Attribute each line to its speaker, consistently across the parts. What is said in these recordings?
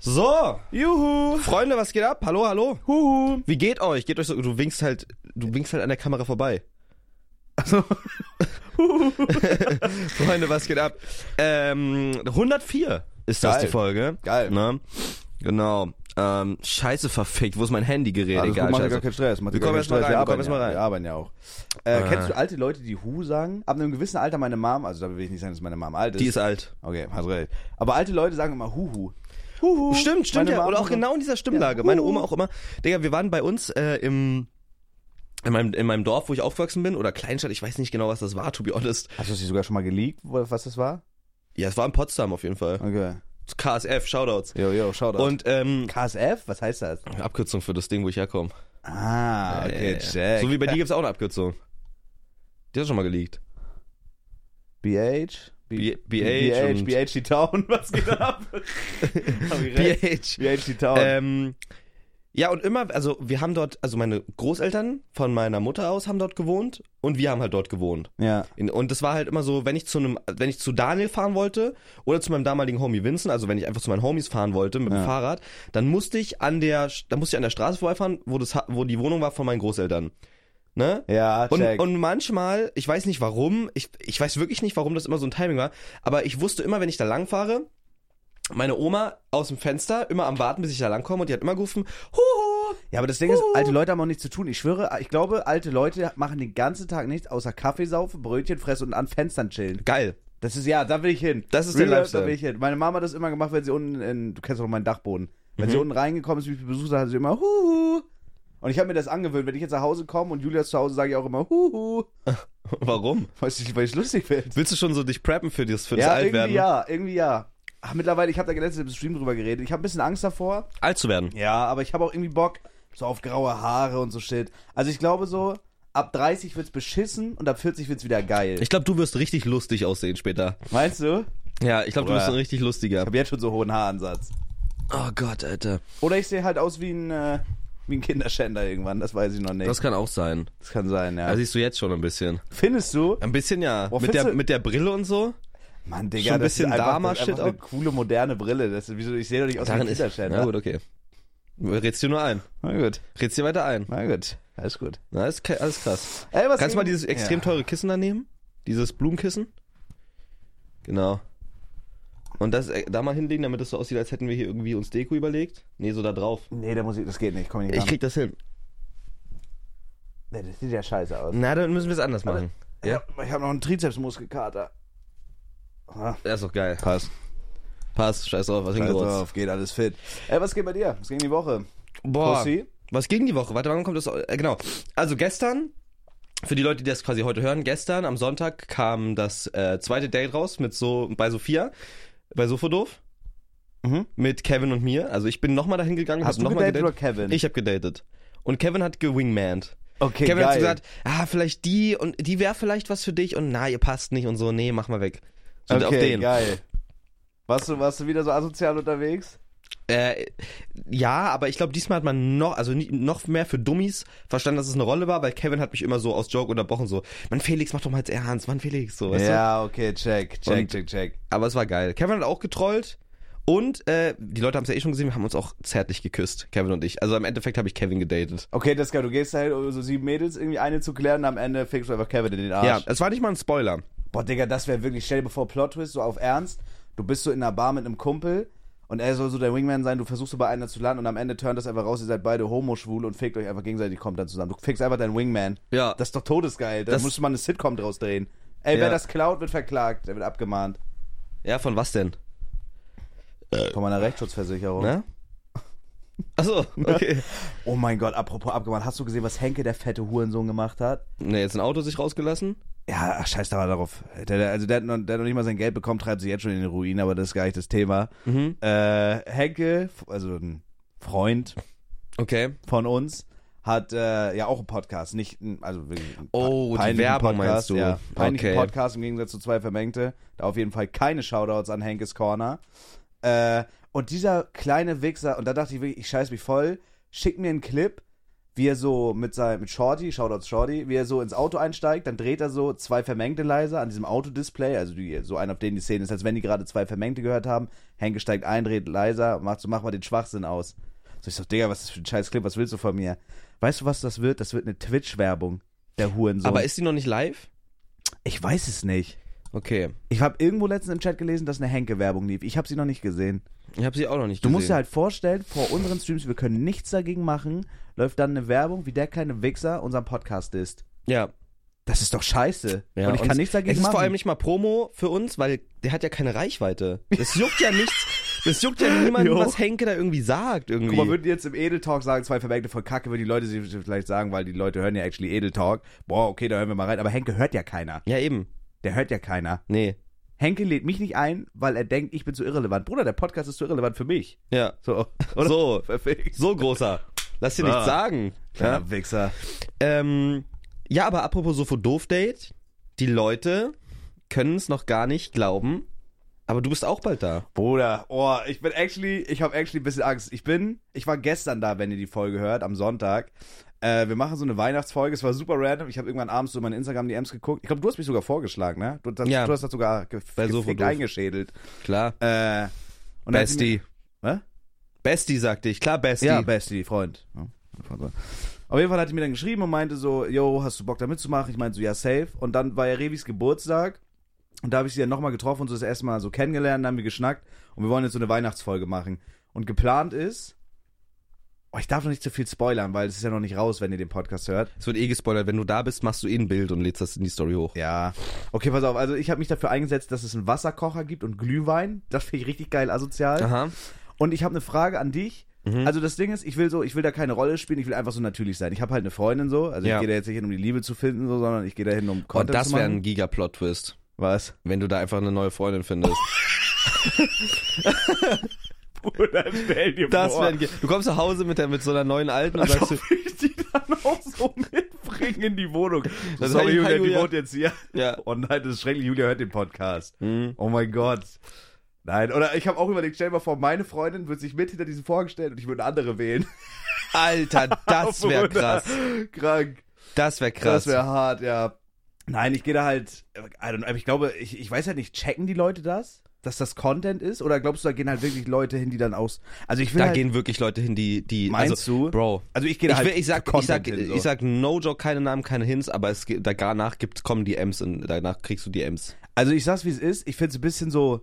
Speaker 1: So,
Speaker 2: Juhu.
Speaker 1: Freunde, was geht ab? Hallo, hallo.
Speaker 2: Huhu.
Speaker 1: Wie geht euch? Geht euch so, du winkst halt, du winkst halt an der Kamera vorbei.
Speaker 2: Also,
Speaker 1: Freunde, was geht ab? Ähm, 104 ist das
Speaker 2: Geil.
Speaker 1: die Folge.
Speaker 2: Geil. Also
Speaker 1: Ne? Genau. Ähm, scheiße verfickt, wo ist mein Handygerät?
Speaker 2: Alles
Speaker 1: Egal,
Speaker 2: gut, mach dir
Speaker 1: scheiße.
Speaker 2: Also, gar keinen Stress. Mach dir
Speaker 1: Wir
Speaker 2: gar
Speaker 1: kommen
Speaker 2: keinen
Speaker 1: erst mal
Speaker 2: Stress.
Speaker 1: rein,
Speaker 2: Wir
Speaker 1: wir
Speaker 2: arbeiten
Speaker 1: kommen erst mal
Speaker 2: ja.
Speaker 1: rein.
Speaker 2: Wir arbeiten ja auch. Äh,
Speaker 1: Ah.
Speaker 2: Kennst du alte Leute, die Hu sagen? Ab einem gewissen Alter meine Mom, also da will ich nicht sagen, dass meine Mom alt ist.
Speaker 1: Die ist alt.
Speaker 2: okay, hast recht. Aber alte Leute sagen immer Huhu. Huhu.
Speaker 1: Stimmt, stimmt ja.
Speaker 2: Meine Mom
Speaker 1: Oder auch
Speaker 2: sagt-
Speaker 1: genau in dieser Stimmlage.
Speaker 2: Ja.
Speaker 1: Meine
Speaker 2: Uh.
Speaker 1: Oma auch immer. Digga, wir waren bei uns äh, im in meinem, in meinem Dorf, wo ich aufgewachsen bin, oder Kleinstadt, ich weiß nicht genau, was das war, to be honest.
Speaker 2: Hast du sie sogar schon mal geleakt, wo- was das war?
Speaker 1: Ja, es war in Potsdam auf jeden Fall.
Speaker 2: Okay.
Speaker 1: KSF, Shoutouts.
Speaker 2: Jo, jo, schau da.
Speaker 1: Und ähm,
Speaker 2: KSF? Was heißt das?
Speaker 1: Abkürzung für das Ding, wo ich herkomme.
Speaker 2: Ah, okay,
Speaker 1: Äh,
Speaker 2: check.
Speaker 1: So wie bei dir gibt's auch eine Abkürzung. Die hast du schon mal geleakt.
Speaker 2: BH?
Speaker 1: B- BH
Speaker 2: BH,
Speaker 1: und-
Speaker 2: BH, die Town, was geht ab? BH,
Speaker 1: BH.
Speaker 2: die Town.
Speaker 1: Ähm, ja, und immer, also wir haben dort, also meine Großeltern von meiner Mutter aus haben dort gewohnt und wir haben halt dort gewohnt.
Speaker 2: ja.
Speaker 1: In, und das war halt immer so, wenn ich zu einem, wenn ich zu Daniel fahren wollte oder zu meinem damaligen Homie Vincent, also wenn ich einfach zu meinen Homies fahren wollte mit
Speaker 2: Ja.
Speaker 1: dem Fahrrad, dann musste ich an der, dann musste ich an der Straße vorbeifahren, wo das, Ha- wo die Wohnung war von meinen Großeltern. Ne?
Speaker 2: Ja,
Speaker 1: Und,
Speaker 2: check.
Speaker 1: und manchmal, ich weiß nicht warum, ich, ich weiß wirklich nicht, warum das immer so ein Timing war, aber ich wusste immer, wenn ich da lang fahre, meine Oma aus dem Fenster, immer am Warten, bis ich da langkomme und die hat immer gerufen, Huhu!
Speaker 2: ja, aber das Ding ist, alte Leute haben auch nichts zu tun. Ich schwöre, ich glaube, alte Leute machen den ganzen Tag nichts außer Kaffeesaufen, Brötchen fressen und an Fenstern chillen.
Speaker 1: Geil.
Speaker 2: Das ist, ja, da will ich hin.
Speaker 1: Das ist
Speaker 2: Real
Speaker 1: der
Speaker 2: Life, Da
Speaker 1: Lifestyle.
Speaker 2: will ich hin. Meine Mama hat das immer gemacht, wenn sie unten in, du kennst doch meinen Dachboden. Wenn
Speaker 1: Mhm.
Speaker 2: sie unten reingekommen ist, wie viel Besucher hat sie immer Huhu. Und ich habe mir das angewöhnt. Wenn ich jetzt nach Hause komme und Julia ist zu Hause, sage ich auch immer Huhu.
Speaker 1: Warum?
Speaker 2: Weißt du, weil ich lustig finde.
Speaker 1: Willst du schon so dich preppen für das, für das
Speaker 2: Ja, irgendwie
Speaker 1: Altwerden?
Speaker 2: ja, irgendwie ja. Ach, mittlerweile, ich habe da letztens im Stream drüber geredet. Ich habe ein bisschen Angst davor.
Speaker 1: Alt zu werden.
Speaker 2: Ja, aber ich habe auch irgendwie Bock so auf graue Haare und so Shit. Also ich glaube so, ab 30 wird's beschissen und ab 40 wird's wieder geil.
Speaker 1: Ich glaube, du wirst richtig lustig aussehen später.
Speaker 2: Meinst du?
Speaker 1: Ja, ich glaube, du
Speaker 2: Oder-
Speaker 1: bist ein richtig
Speaker 2: Ich
Speaker 1: lustiger.
Speaker 2: habe jetzt schon so hohen Haaransatz.
Speaker 1: Oh Gott, Alter.
Speaker 2: Oder ich sehe halt aus wie ein, äh, wie ein Kinderschänder irgendwann, das weiß ich noch nicht.
Speaker 1: Das
Speaker 2: Das,
Speaker 1: kann auch sein.
Speaker 2: kann sein, ja.
Speaker 1: Da siehst du jetzt schon ein bisschen.
Speaker 2: Findest du?
Speaker 1: Ein bisschen ja.
Speaker 2: Boah,
Speaker 1: mit,
Speaker 2: findest
Speaker 1: der,
Speaker 2: du-
Speaker 1: mit der Brille und so.
Speaker 2: Mann, Digga,
Speaker 1: Schon ein
Speaker 2: das ist
Speaker 1: bisschen
Speaker 2: einfach, das ist
Speaker 1: Dama-Shit
Speaker 2: einfach eine
Speaker 1: auch?
Speaker 2: coole, moderne Brille. Das ist, wieso, ich sehe doch nicht aus wie ein
Speaker 1: Na
Speaker 2: Kinderschänder.
Speaker 1: gut, okay. Redst dir nur ein.
Speaker 2: Na gut,
Speaker 1: Redst dir weiter ein.
Speaker 2: na gut, alles gut.
Speaker 1: Na, ist ke- alles krass.
Speaker 2: Ey, was
Speaker 1: Kannst du
Speaker 2: ging-
Speaker 1: mal dieses extrem
Speaker 2: ja.
Speaker 1: teure Kissen da nehmen? Dieses Blumenkissen? Genau. Und das äh, da mal hinlegen, damit das so aussieht, als hätten wir hier irgendwie uns Deko überlegt. Nee, so da drauf.
Speaker 2: Nee, da muss ich, das geht nicht, komm ich nicht
Speaker 1: Ich
Speaker 2: ran.
Speaker 1: krieg das hin.
Speaker 2: Nee, das sieht ja scheiße aus.
Speaker 1: Na, dann müssen wir es anders
Speaker 2: Aber-
Speaker 1: machen.
Speaker 2: Ja, ich habe noch einen Trizepsmuskelkater. Ah,
Speaker 1: Das ist doch geil.
Speaker 2: passt.
Speaker 1: Passt, scheiß drauf, was
Speaker 2: Scheiß
Speaker 1: hingerotzt.
Speaker 2: drauf, geht alles fit. Ey, was geht bei dir? Was ging die Woche?
Speaker 1: Boah.
Speaker 2: Pussy?
Speaker 1: Was ging die Woche? Warte, wann kommt das? Äh, genau. Also gestern, für die Leute, die das quasi heute hören, gestern am Sonntag kam das äh, zweite Date raus mit so bei Sophia, bei Sofodoof,
Speaker 2: Mhm.
Speaker 1: mit Kevin und mir. Also ich bin nochmal dahin gegangen,
Speaker 2: Hast
Speaker 1: hab
Speaker 2: du
Speaker 1: nochmal
Speaker 2: gedatet
Speaker 1: gedatet.
Speaker 2: oder Kevin?
Speaker 1: Ich habe gedatet. Und Kevin hat gewingmanned.
Speaker 2: okay,
Speaker 1: Kevin hat
Speaker 2: geil.
Speaker 1: so gesagt, ah, vielleicht die und die wäre vielleicht was für dich und na, ihr passt nicht und so, nee, mach mal weg. So
Speaker 2: okay,
Speaker 1: auf den.
Speaker 2: geil. Warst du, warst du wieder so asozial unterwegs?
Speaker 1: Äh, ja, aber ich glaube, diesmal hat man noch, also nie- noch mehr für Dummies verstanden, dass es eine Rolle war, weil Kevin hat mich immer so aus Joke unterbrochen, so, Mann Felix, mach doch mal jetzt ernst, Mann Felix, so, weißt du?
Speaker 2: ja, okay, check, check,
Speaker 1: Und-
Speaker 2: check, check.
Speaker 1: Aber es war geil. Kevin hat auch getrollt und äh, die Leute haben es ja eh schon gesehen, wir haben uns auch zärtlich geküsst, Kevin und ich. Also im Endeffekt habe ich Kevin gedatet.
Speaker 2: Okay, das ist geil. Du gehst da halt um so sieben Mädels, irgendwie eine zu klären und am Ende fickst du einfach Kevin in den Arsch.
Speaker 1: Ja, es war nicht mal ein Spoiler.
Speaker 2: Boah, Digga, das wäre wirklich, stell dir vor, Plot-Twist, so auf Ernst, du bist so in einer Bar mit einem Kumpel und er soll so der Wingman sein, du versuchst so bei einer zu landen und am Ende turnt das einfach raus, ihr seid beide homo-schwul und fickt euch einfach gegenseitig, kommt dann zusammen. Du fickst einfach deinen Wingman.
Speaker 1: Ja.
Speaker 2: Das ist doch todesgeil, da
Speaker 1: Das-
Speaker 2: muss man eine Sitcom draus drehen. Ey, wer
Speaker 1: Ja.
Speaker 2: das klaut, wird verklagt, der wird abgemahnt.
Speaker 1: Ja, von was denn?
Speaker 2: Von meiner Rechtsschutzversicherung.
Speaker 1: Äh. Ne? Achso, okay.
Speaker 2: Oh mein Gott, apropos abgemahnt, hast du gesehen, was Henke, der fette Hurensohn, gemacht hat?
Speaker 1: Ne, jetzt ein Auto sich rausgelassen?
Speaker 2: Ja, ach, scheiß da mal darauf. Der, der, also der hat, noch, der hat noch nicht mal sein Geld bekommen, treibt sich jetzt schon in den Ruin, aber das ist gar nicht das Thema.
Speaker 1: Mhm.
Speaker 2: Äh, Henke, also ein Freund
Speaker 1: Okay.
Speaker 2: von uns, hat äh, ja auch einen Podcast, nicht, ein- also wirklich einen
Speaker 1: Oh, die
Speaker 2: peinlichen
Speaker 1: Werbung
Speaker 2: Podcast,
Speaker 1: meinst du?
Speaker 2: Ja, peinlichen
Speaker 1: Okay.
Speaker 2: Podcast im Gegensatz zu zwei Vermengte. Da auf jeden Fall keine Shoutouts an Henkes Corner. Äh, und dieser kleine Wichser, und da dachte ich wirklich, ich scheiß mich voll, schick mir einen Clip, wie er so mit seinem mit Shorty, Shoutouts Shorty, wie er so ins Auto einsteigt, dann dreht er so zwei vermengte leise an diesem Autodisplay, also die, so einer, auf denen die Szene ist, als wenn die gerade zwei vermengte gehört haben. Henke steigt ein, dreht leiser, macht so, mach mal den Schwachsinn aus. So, ich so, Digga, was ist das für ein scheiß Clip, was willst du von mir? Weißt du, was das wird? Das wird eine Twitch-Werbung, der Hurensohn.
Speaker 1: Aber ist die noch nicht live?
Speaker 2: ich weiß es nicht.
Speaker 1: Okay.
Speaker 2: Ich habe irgendwo letztens im Chat gelesen, dass eine Henke-Werbung lief. Ich habe sie noch nicht gesehen.
Speaker 1: Ich habe sie auch noch nicht
Speaker 2: Du
Speaker 1: gesehen.
Speaker 2: musst dir halt vorstellen, vor unseren Streams, wir können nichts dagegen machen, läuft dann eine Werbung, wie der kleine Wichser unseren Podcast ist.
Speaker 1: Ja.
Speaker 2: Das ist doch scheiße.
Speaker 1: ja.
Speaker 2: und ich kann
Speaker 1: es-
Speaker 2: nichts dagegen
Speaker 1: Es ist
Speaker 2: machen.
Speaker 1: vor allem nicht mal Promo für uns, weil der hat ja keine Reichweite. Das juckt ja nichts. Das juckt ja niemanden,
Speaker 2: Jo.
Speaker 1: was Henke da irgendwie sagt. Irgendwie.
Speaker 2: Guck mal, würden die jetzt im Edeltalk sagen, zwei Vermerkte voll Kacke, würden die Leute sich vielleicht sagen, weil die Leute hören ja actually Edeltalk. Boah, okay, da hören wir mal rein. Aber Henke hört ja keiner.
Speaker 1: ja, eben.
Speaker 2: Der hört ja keiner.
Speaker 1: Nee.
Speaker 2: Henke lädt mich nicht ein, weil er denkt, ich bin zu irrelevant. Bruder, der Podcast ist zu irrelevant für mich.
Speaker 1: Ja.
Speaker 2: So, oder?
Speaker 1: So.
Speaker 2: Perfekt.
Speaker 1: So großer. Lass dir
Speaker 2: Ah.
Speaker 1: nichts sagen.
Speaker 2: Kleiner
Speaker 1: Ja.
Speaker 2: Wichser.
Speaker 1: Ähm, ja, aber apropos so doof Date, die Leute können es noch gar nicht glauben, aber du bist auch bald da.
Speaker 2: Bruder, oh, ich bin actually, ich habe actually ein bisschen Angst. Ich bin, ich war gestern da, wenn ihr die Folge hört, am Sonntag. Äh, wir machen so eine Weihnachtsfolge, es war super random. Ich habe irgendwann abends so meine Instagram-DMs geguckt. Ich glaube, du hast mich sogar vorgeschlagen, ne? Du, das,
Speaker 1: Ja.
Speaker 2: du hast das sogar ge
Speaker 1: Bei Sofa
Speaker 2: gefickt
Speaker 1: Doof.
Speaker 2: eingeschädelt.
Speaker 1: Klar.
Speaker 2: Äh, und dann hat sie
Speaker 1: Bestie.
Speaker 2: Mir, Hä?
Speaker 1: Bestie sagte ich, klar Bestie.
Speaker 2: Ja, Bestie, Freund. Ja, Freund. Auf jeden Fall hat er mir dann geschrieben und meinte so, yo, hast du Bock da mitzumachen? Ich meinte so, ja, safe. Und dann war ja Revis Geburtstag und da habe ich sie dann nochmal getroffen und so das erste Mal so kennengelernt, dann haben wir geschnackt und wir wollen jetzt so eine Weihnachtsfolge machen. Und geplant ist, oh, ich darf noch nicht zu viel spoilern, weil es ist ja noch nicht raus, wenn ihr den Podcast hört.
Speaker 1: es wird eh gespoilert, wenn du da bist, machst du eh ein Bild und lädst das in die Story hoch.
Speaker 2: Ja. Okay, pass auf. Also ich habe mich dafür eingesetzt, dass es einen Wasserkocher gibt und Glühwein. Das finde ich richtig geil asozial.
Speaker 1: Aha.
Speaker 2: Und ich habe eine Frage an dich.
Speaker 1: Mhm.
Speaker 2: Also das Ding ist, ich will so, ich will da keine Rolle spielen, ich will einfach so natürlich sein. Ich habe halt eine Freundin so, also
Speaker 1: Ja.
Speaker 2: ich gehe da jetzt nicht hin, um die Liebe zu finden, so, sondern ich gehe da hin, um
Speaker 1: Und
Speaker 2: Content
Speaker 1: das
Speaker 2: zu
Speaker 1: wäre
Speaker 2: machen.
Speaker 1: ein Giga-Plot-Twist,
Speaker 2: Was?
Speaker 1: wenn du da einfach eine neue Freundin findest.
Speaker 2: Bruder, stell dir
Speaker 1: Das wär ein Gi- du kommst nach Hause mit, der, mit so einer neuen Alten und sagst,
Speaker 2: will ich die dann auch so mitbringen in die Wohnung.
Speaker 1: Das heißt,
Speaker 2: Sorry,
Speaker 1: hi,
Speaker 2: Julia, die
Speaker 1: Julia.
Speaker 2: wohnt jetzt hier.
Speaker 1: Ja.
Speaker 2: Oh nein, das ist schrecklich. Julia hört den Podcast.
Speaker 1: Hm.
Speaker 2: Oh mein Gott. Nein, oder ich habe auch überlegt, stell dir mal vor, meine Freundin wird sich mit hinter diesen Vorhang stellen und ich würde eine andere wählen.
Speaker 1: Alter, das wäre
Speaker 2: Bruder,
Speaker 1: krass.
Speaker 2: Krank.
Speaker 1: Das wäre krass.
Speaker 2: Das wäre hart, ja. Nein, ich gehe da halt, I don't know, aber ich glaube, ich, ich weiß ja nicht, checken die Leute das? Dass das Content ist? Oder glaubst du, da gehen halt wirklich Leute hin, die dann aus. Also ich will
Speaker 1: da
Speaker 2: halt,
Speaker 1: gehen wirklich Leute hin, die, die,
Speaker 2: Meinst
Speaker 1: also,
Speaker 2: du?
Speaker 1: Bro,
Speaker 2: also ich gehe da
Speaker 1: Ich,
Speaker 2: halt
Speaker 1: will, ich, sag,
Speaker 2: für
Speaker 1: ich, sag,
Speaker 2: Content hin, so.
Speaker 1: ich sag no joke, keine Namen, keine Hints, aber es, gibt- da- danach gibt, kommen DMs und danach kriegst du DMs.
Speaker 2: Also ich sag's, wie es ist. Ich find's ein bisschen so.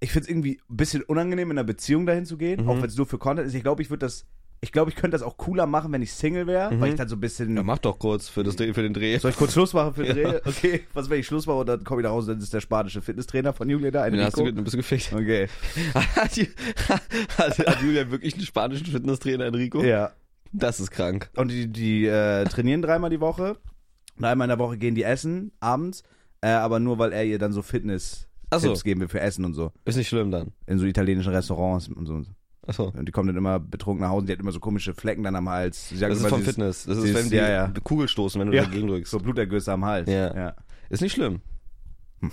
Speaker 2: Ich find's irgendwie ein bisschen unangenehm, in einer Beziehung dahin zu gehen,
Speaker 1: Mhm.
Speaker 2: auch wenn es nur für Content ist. Ich glaube, ich würde das. Ich glaube, ich könnte das auch cooler machen, wenn ich Single wäre,
Speaker 1: Mhm.
Speaker 2: weil ich dann so ein bisschen.
Speaker 1: Ja, mach doch kurz für, das, für den Dreh.
Speaker 2: soll ich kurz Schluss machen für den
Speaker 1: Ja.
Speaker 2: Dreh? Okay, was wenn ich Schluss mache und dann komme ich nach Hause, dann ist der spanische Fitnesstrainer von Julia da.
Speaker 1: Den hast du,
Speaker 2: Enrico.
Speaker 1: ge- bist du gefickt.
Speaker 2: okay.
Speaker 1: hat, Ju- hat, hat Julia wirklich einen spanischen Fitnesstrainer, Enrico?
Speaker 2: Ja.
Speaker 1: Das ist krank.
Speaker 2: Und die, die äh, trainieren dreimal die Woche. Und einmal in der Woche gehen die essen, abends. Äh, aber nur, weil er ihr dann so
Speaker 1: Ach
Speaker 2: Fitness-Tipps
Speaker 1: so.
Speaker 2: geben will für Essen und so.
Speaker 1: Ist nicht schlimm dann.
Speaker 2: In so italienischen Restaurants und so. Und
Speaker 1: Achso.
Speaker 2: die kommen dann immer betrunken nach Hause. Die hat immer so komische Flecken dann am Hals. Sie sagt
Speaker 1: Das ist
Speaker 2: immer,
Speaker 1: vom
Speaker 2: sie
Speaker 1: Fitness. Das ist,
Speaker 2: dieses-
Speaker 1: wenn die
Speaker 2: ja, ja.
Speaker 1: Kugel stoßen, wenn du
Speaker 2: Ja.
Speaker 1: dagegen drückst.
Speaker 2: So Blutergüsse am Hals.
Speaker 1: Ja.
Speaker 2: ja.
Speaker 1: Ist nicht schlimm.
Speaker 2: Hm.